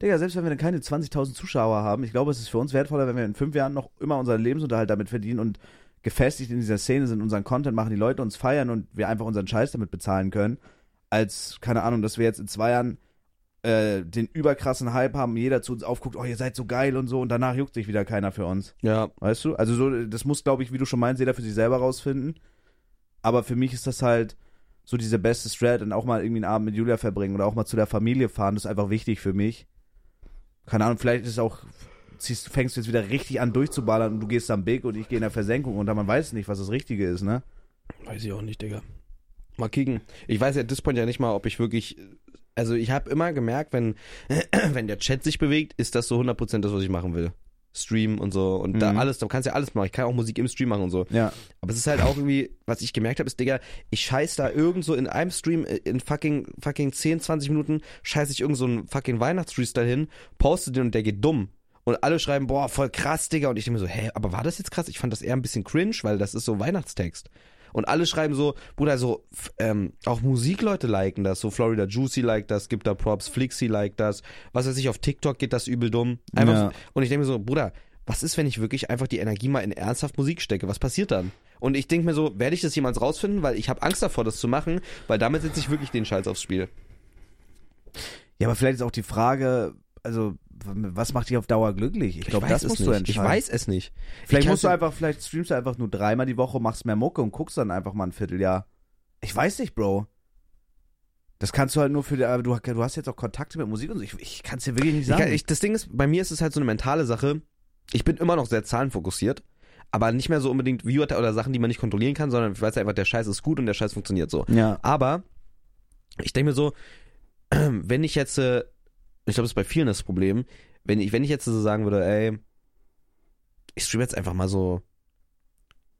Speaker 2: Digga, selbst wenn wir dann keine 20.000 Zuschauer haben, ich glaube, es ist für uns wertvoller, wenn wir in fünf Jahren noch immer unseren Lebensunterhalt damit verdienen und gefestigt in dieser Szene sind, unseren Content machen, die Leute uns feiern und wir einfach unseren Scheiß damit bezahlen können, als, keine Ahnung, dass wir jetzt in zwei Jahren äh, den überkrassen Hype haben, jeder zu uns aufguckt, oh, ihr seid so geil und so und danach juckt sich wieder keiner für uns.
Speaker 1: Ja.
Speaker 2: Weißt du? Also so, das muss, glaube ich, wie du schon meinst, jeder für sich selber rausfinden. Aber für mich ist das halt so diese beste Strat und auch mal irgendwie einen Abend mit Julia verbringen oder auch mal zu der Familie fahren, das ist einfach wichtig für mich. Keine Ahnung, vielleicht ist auch, ziehst, fängst du jetzt wieder richtig an durchzuballern und du gehst am Big und ich gehe in der Versenkung und man weiß nicht, was das Richtige ist, ne?
Speaker 1: Weiß ich auch nicht, Digga. Mal kicken. Ich weiß ja at this point ja nicht mal, ob ich wirklich. Also ich habe immer gemerkt, wenn, wenn der Chat sich bewegt, ist das so 100% das, was ich machen will. Stream und so und da
Speaker 2: Mhm.
Speaker 1: alles, da kannst du ja alles machen. Ich kann auch Musik im Stream machen und so.
Speaker 2: Ja.
Speaker 1: Aber es ist halt auch irgendwie, was ich gemerkt habe, ist, Digga, ich scheiß da irgend so in einem Stream äh, in fucking, fucking 10, 20 Minuten scheiß ich irgend so einen fucking Weihnachtsfreestyle hin, poste den und der geht dumm. Und alle schreiben, boah, voll krass, Digga. Und ich denke mir so, hä, aber war das jetzt krass? Ich fand das eher ein bisschen cringe, weil das ist so Weihnachtstext. Und alle schreiben so, Bruder, so, f- ähm, auch Musikleute liken das. So Florida Juicy like das, gibt da Props, Flixi like das. Was weiß ich, auf TikTok geht das übel dumm. Einfach
Speaker 2: Ja.
Speaker 1: so, und ich denke mir so, Bruder, was ist, wenn ich wirklich einfach die Energie mal in ernsthaft Musik stecke? Was passiert dann? Und ich denke mir so, werde ich das jemals rausfinden? Weil ich habe Angst davor, das zu machen, weil damit setze ich wirklich den Scheiß aufs Spiel.
Speaker 2: Ja, aber vielleicht ist auch die Frage, also, was macht dich auf Dauer glücklich? Ich glaube,
Speaker 1: weiß
Speaker 2: das
Speaker 1: es
Speaker 2: musst
Speaker 1: nicht.
Speaker 2: du entscheiden.
Speaker 1: Ich weiß es nicht.
Speaker 2: Vielleicht
Speaker 1: Ich
Speaker 2: musst du
Speaker 1: kann's-
Speaker 2: einfach, vielleicht streamst du einfach nur dreimal die Woche, machst mehr Mucke und guckst dann einfach mal ein Vierteljahr. Ich weiß nicht, Bro. Das kannst du halt nur für die, aber du, du hast jetzt auch Kontakte mit Musik und so. Ich, ich kann es dir wirklich nicht
Speaker 1: Ich
Speaker 2: sagen.
Speaker 1: kann, ich, das Ding ist, bei mir ist es halt so eine mentale Sache. Ich bin immer noch sehr zahlenfokussiert, aber nicht mehr so unbedingt Viewer oder Sachen, die man nicht kontrollieren kann, sondern ich weiß einfach, der Scheiß ist gut und der Scheiß funktioniert so.
Speaker 2: ja.
Speaker 1: Aber ich denke mir so, wenn ich jetzt, äh, ich glaube, das ist bei vielen das Problem, wenn ich, wenn ich jetzt so sagen würde, ey, ich streame jetzt einfach mal so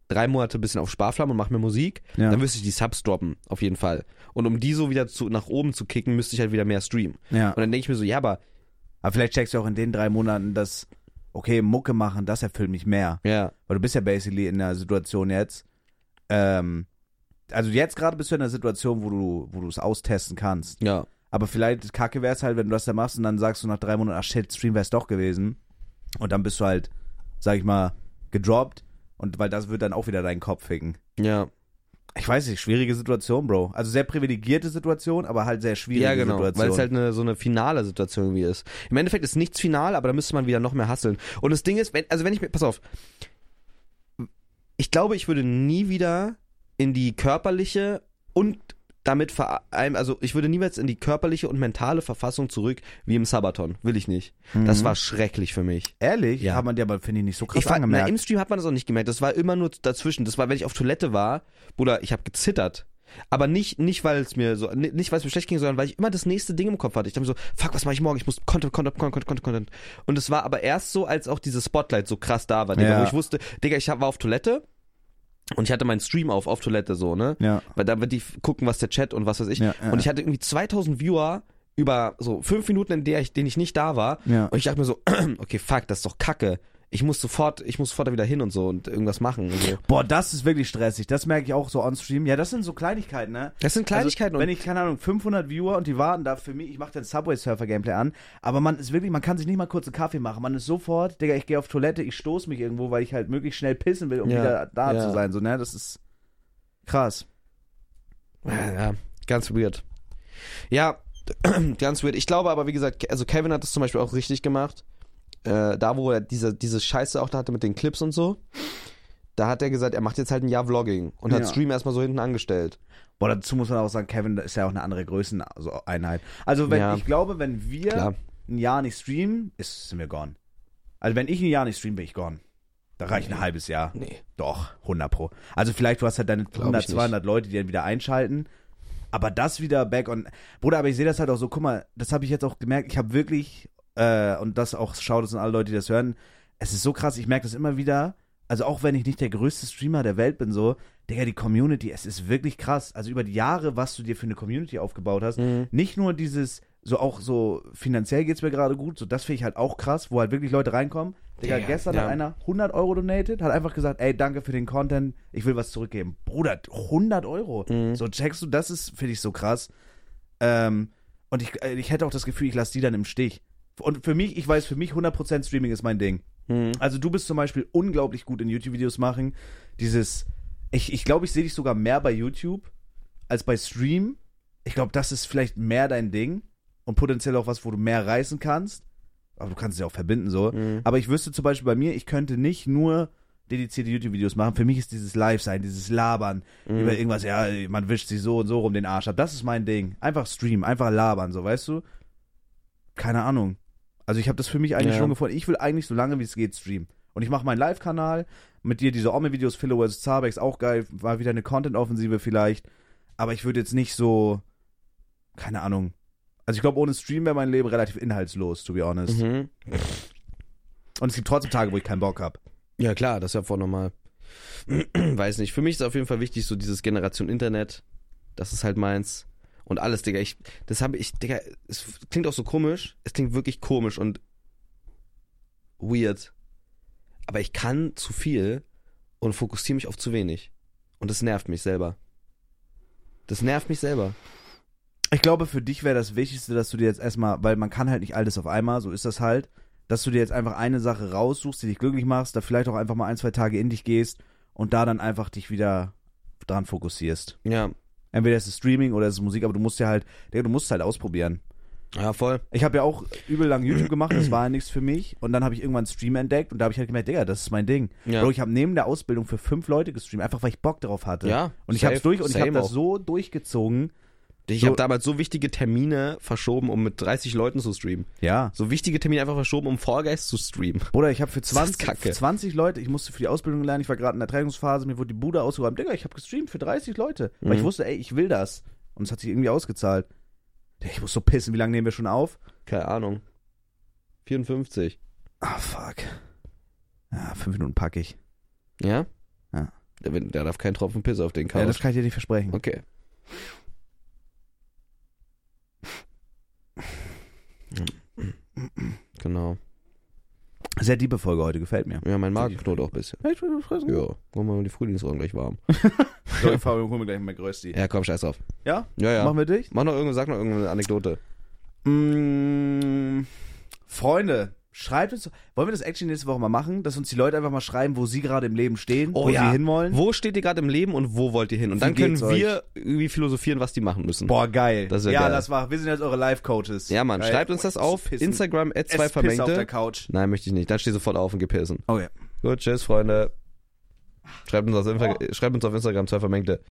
Speaker 1: drei Monate ein bisschen auf Sparflamme und mache mir Musik,
Speaker 2: ja.
Speaker 1: dann müsste ich die Subs droppen, auf jeden Fall. Und um die so wieder zu, nach oben zu kicken, müsste ich halt wieder mehr streamen.
Speaker 2: ja.
Speaker 1: Und dann denke ich mir so, ja, aber,
Speaker 2: Aber vielleicht checkst du auch in den drei Monaten, dass, okay, Mucke machen, das erfüllt mich mehr.
Speaker 1: ja,
Speaker 2: Weil du bist ja basically in der Situation jetzt, ähm, also jetzt gerade bist du in der Situation, wo du, wo du es austesten kannst.
Speaker 1: ja.
Speaker 2: Aber vielleicht kacke wär's halt, wenn du das dann machst und dann sagst du nach drei Monaten, ach shit, Stream wär's doch gewesen. Und dann bist du halt, sag ich mal, gedroppt. Und weil das wird dann auch wieder deinen Kopf ficken.
Speaker 1: Ja,
Speaker 2: Ich weiß nicht, schwierige Situation, Bro. Also sehr privilegierte Situation, aber halt sehr schwierige
Speaker 1: ja genau,
Speaker 2: Situation.
Speaker 1: weil es halt eine, so eine finale Situation irgendwie ist. Im Endeffekt ist nichts final, aber da müsste man wieder noch mehr hasseln. Und das Ding ist, wenn, also wenn ich mir, pass auf, ich glaube, ich würde nie wieder in die körperliche und damit ver also ich würde niemals in die körperliche und mentale Verfassung zurück wie im Sabaton, will ich nicht.
Speaker 2: Mhm.
Speaker 1: Das war schrecklich für mich.
Speaker 2: Ehrlich?
Speaker 1: Ja.
Speaker 2: Ja. Hat man dir aber, finde ich, nicht so krass
Speaker 1: Ich fand, na,
Speaker 2: angemerkt.
Speaker 1: Im Stream hat man das auch nicht gemerkt. Das war immer nur dazwischen. Das war, wenn ich auf Toilette war, Bruder, ich habe gezittert. Aber nicht, nicht weil es mir so, ni- nicht weil es mir schlecht ging, sondern weil ich immer das nächste Ding im Kopf hatte. Ich dachte mir so, fuck, was mache ich morgen? Ich muss Content, Content, Content, Content, Content. Und es war aber erst so, als auch dieses Spotlight so krass da war, Digga,
Speaker 2: Ja.
Speaker 1: wo ich wusste, Digga, ich hab- war auf Toilette und ich hatte meinen Stream auf, auf Toilette so, ne?
Speaker 2: ja.
Speaker 1: Weil da wird die f- gucken, was der Chat und was weiß ich.
Speaker 2: Ja, ja,
Speaker 1: und ich hatte irgendwie 2000 Viewer über so fünf Minuten, in der ich, denen ich nicht da war.
Speaker 2: Ja.
Speaker 1: Und ich dachte mir so, okay, fuck, das ist doch kacke. Ich muss sofort, ich muss sofort da wieder hin und so und irgendwas machen. Und so.
Speaker 2: Boah, das ist wirklich stressig. Das merke ich auch so on stream. Ja, das sind so Kleinigkeiten, ne?
Speaker 1: Das sind Kleinigkeiten
Speaker 2: Also, wenn
Speaker 1: und
Speaker 2: ich, keine Ahnung, 500 Viewer und die warten da für mich, ich mache dann Subway Surfer Gameplay an, aber man ist wirklich, man kann sich nicht mal kurz einen Kaffee machen. Man ist sofort, Digga, ich gehe auf Toilette, ich stoß mich irgendwo, weil ich halt möglichst schnell pissen will, um
Speaker 1: Ja,
Speaker 2: wieder da
Speaker 1: ja.
Speaker 2: zu sein. So, ne, das ist krass.
Speaker 1: ja, ja, ganz weird. Ja, ganz weird. Ich glaube aber, wie gesagt, also Kevin hat das zum Beispiel auch richtig gemacht. Äh, da, wo er diese, diese Scheiße auch da hatte mit den Clips und so, da hat er gesagt, er macht jetzt halt ein Jahr Vlogging und hat
Speaker 2: Ja.
Speaker 1: Stream erstmal so hinten angestellt.
Speaker 2: Boah, dazu muss man auch sagen, Kevin ist ja auch eine andere Größeneinheit. Also, wenn,
Speaker 1: Ja.
Speaker 2: ich glaube, wenn wir
Speaker 1: Klar.
Speaker 2: ein Jahr nicht streamen, ist, sind wir gone. Also, wenn ich ein Jahr nicht stream, bin ich gone. Da reicht ein halbes Jahr.
Speaker 1: Nee.
Speaker 2: Doch, 100 pro. Also vielleicht du hast halt deine
Speaker 1: ich
Speaker 2: 100,
Speaker 1: nicht.
Speaker 2: 200 Leute, die dann wieder einschalten. Aber das wieder back on. Bruder, aber ich sehe das halt auch so, guck mal, das habe ich jetzt auch gemerkt. Ich habe wirklich, äh, und das auch schaut es an alle Leute, die das hören. Es ist so krass, ich merke das immer wieder. Also auch wenn ich nicht der größte Streamer der Welt bin, so, Digga, die Community, es ist wirklich krass. Also über die Jahre, was du dir für eine Community aufgebaut hast,
Speaker 1: Mhm.
Speaker 2: nicht nur dieses, so auch so finanziell geht's mir gerade gut, so das finde ich halt auch krass, wo halt wirklich Leute reinkommen. Digga,
Speaker 1: Digga,
Speaker 2: gestern
Speaker 1: ja.
Speaker 2: hat einer 100 Euro donated, hat einfach gesagt, ey, danke für den Content, ich will was zurückgeben. Bruder, 100 Euro.
Speaker 1: Mhm.
Speaker 2: So checkst du, das ist, finde ich so krass. Ähm, und ich, äh, ich hätte auch das Gefühl, ich lasse die dann im Stich. Und für mich, ich weiß, für mich 100% Streaming ist mein Ding.
Speaker 1: Mhm.
Speaker 2: Also du bist zum Beispiel unglaublich gut in YouTube-Videos machen. Dieses, ich ich, glaube, ich sehe dich sogar mehr bei YouTube als bei Stream. Ich glaube, das ist vielleicht mehr dein Ding und potenziell auch was, wo du mehr reißen kannst. Aber du kannst es ja auch verbinden so.
Speaker 1: Mhm.
Speaker 2: Aber ich wüsste zum Beispiel bei mir, ich könnte nicht nur dedizierte YouTube-Videos machen. Für mich ist dieses Live-Sein, dieses Labern
Speaker 1: Mhm.
Speaker 2: über irgendwas, ja, man wischt sich so und so rum den Arsch ab. Das ist mein Ding. Einfach streamen, einfach labern, so, weißt du? Keine Ahnung. Also ich habe das für mich eigentlich
Speaker 1: Ja.
Speaker 2: schon gefunden. Ich will eigentlich so lange wie es geht streamen. Und ich mache meinen Live-Kanal mit dir, diese Omme-Videos, Philo vs. Zabex, auch geil. War wieder eine Content-Offensive vielleicht. Aber ich würde jetzt nicht so, keine Ahnung. Also ich glaube, ohne Stream wäre mein Leben relativ inhaltslos, to be honest.
Speaker 1: Mhm.
Speaker 2: Und es gibt trotzdem Tage, wo ich keinen Bock habe.
Speaker 1: Ja, klar, das ist ja voll normal. Weiß nicht. Für mich ist auf jeden Fall wichtig, so dieses Generation Internet. Das ist halt meins. Und alles, Digga. Ich, das habe ich, Digga, es klingt auch so komisch. Es klingt wirklich komisch und weird. Aber ich kann zu viel und fokussiere mich auf zu wenig. Und das nervt mich selber. Das nervt mich selber.
Speaker 2: Ich glaube, für dich wäre das Wichtigste, dass du dir jetzt erstmal, weil man kann halt nicht alles auf einmal, so ist das halt, dass du dir jetzt einfach eine Sache raussuchst, die dich glücklich machst, da vielleicht auch einfach mal ein, zwei Tage in dich gehst und da dann einfach dich wieder dran fokussierst.
Speaker 1: Ja.
Speaker 2: Entweder ist es Streaming oder ist es ist Musik, aber du musst ja halt, Digga, du musst es halt ausprobieren.
Speaker 1: Ja, voll.
Speaker 2: Ich habe ja auch übel lang YouTube gemacht, das war ja nichts für mich. Und dann habe ich irgendwann Stream entdeckt und da habe ich halt gemerkt, Digga, das ist mein Ding.
Speaker 1: Ja.
Speaker 2: Bro, ich habe neben der Ausbildung für fünf Leute gestreamt, einfach weil ich Bock drauf hatte.
Speaker 1: Ja,
Speaker 2: Und ich
Speaker 1: safe,
Speaker 2: habe es durch und ich habe
Speaker 1: same
Speaker 2: das
Speaker 1: auch.
Speaker 2: so durchgezogen.
Speaker 1: Ich
Speaker 2: So-
Speaker 1: habe damals so wichtige Termine verschoben, um mit 30 Leuten zu streamen.
Speaker 2: Ja.
Speaker 1: So wichtige Termine einfach verschoben, um Fall Guys zu streamen.
Speaker 2: Bruder, ich habe für
Speaker 1: Das ist
Speaker 2: 20,
Speaker 1: Kacke.
Speaker 2: für 20 Leute, ich musste für die Ausbildung lernen, ich war gerade in der Trainingsphase, mir wurde die Bude ausgeräumt. Digga, ich habe gestreamt für 30 Leute, weil
Speaker 1: Mhm.
Speaker 2: ich wusste, ey, ich will das. Und es hat sich irgendwie ausgezahlt. Digga, Ich muss so pissen, wie lange nehmen wir schon auf?
Speaker 1: Keine Ahnung. 54.
Speaker 2: Ah, fuck. Ja, fünf Minuten packe ich.
Speaker 1: Ja?
Speaker 2: Ja.
Speaker 1: Der, wenn- der darf keinen Tropfen Piss auf den
Speaker 2: Ja, das
Speaker 1: Couch.
Speaker 2: kann ich dir nicht versprechen.
Speaker 1: okay. genau.
Speaker 2: Sehr diebe Folge heute, gefällt mir.
Speaker 1: Ja, mein Magen knurrt auch ein bisschen.
Speaker 2: Echt, du fressen?
Speaker 1: Ja, machen wir mal die Frühlingsrollen gleich warm.
Speaker 2: So, ich hol mir gleich mal Größti.
Speaker 1: Ja, komm, scheiß drauf.
Speaker 2: Ja?
Speaker 1: Ja, ja.
Speaker 2: Machen wir dich?
Speaker 1: Mach noch irgendeine, sag noch irgendeine Anekdote.
Speaker 2: Mmh, Freunde, schreibt uns. Wollen wir das Action nächste Woche mal machen, dass uns die Leute einfach mal schreiben, wo sie gerade im Leben stehen,
Speaker 1: Oh
Speaker 2: wo
Speaker 1: ja.
Speaker 2: sie hinwollen?
Speaker 1: Wo steht ihr gerade im Leben und wo wollt ihr hin? Und dann können
Speaker 2: geht's
Speaker 1: wir irgendwie philosophieren, was die machen müssen.
Speaker 2: Boah, geil.
Speaker 1: Das wär
Speaker 2: ja,
Speaker 1: geil.
Speaker 2: lass machen. Wir sind jetzt eure Live-Coaches.
Speaker 1: Ja, Mann,
Speaker 2: Geil.
Speaker 1: schreibt uns das auf.
Speaker 2: Pissen.
Speaker 1: Instagram, at zwei
Speaker 2: Es Piss auf der
Speaker 1: Vermengte.
Speaker 2: Couch.
Speaker 1: Nein, möchte ich nicht. Dann steh sofort auf und geh pissen.
Speaker 2: Okay.
Speaker 1: Gut, tschüss, Freunde. Schreibt uns auf, Insta- schreibt uns auf Instagram, zwei Vermengte.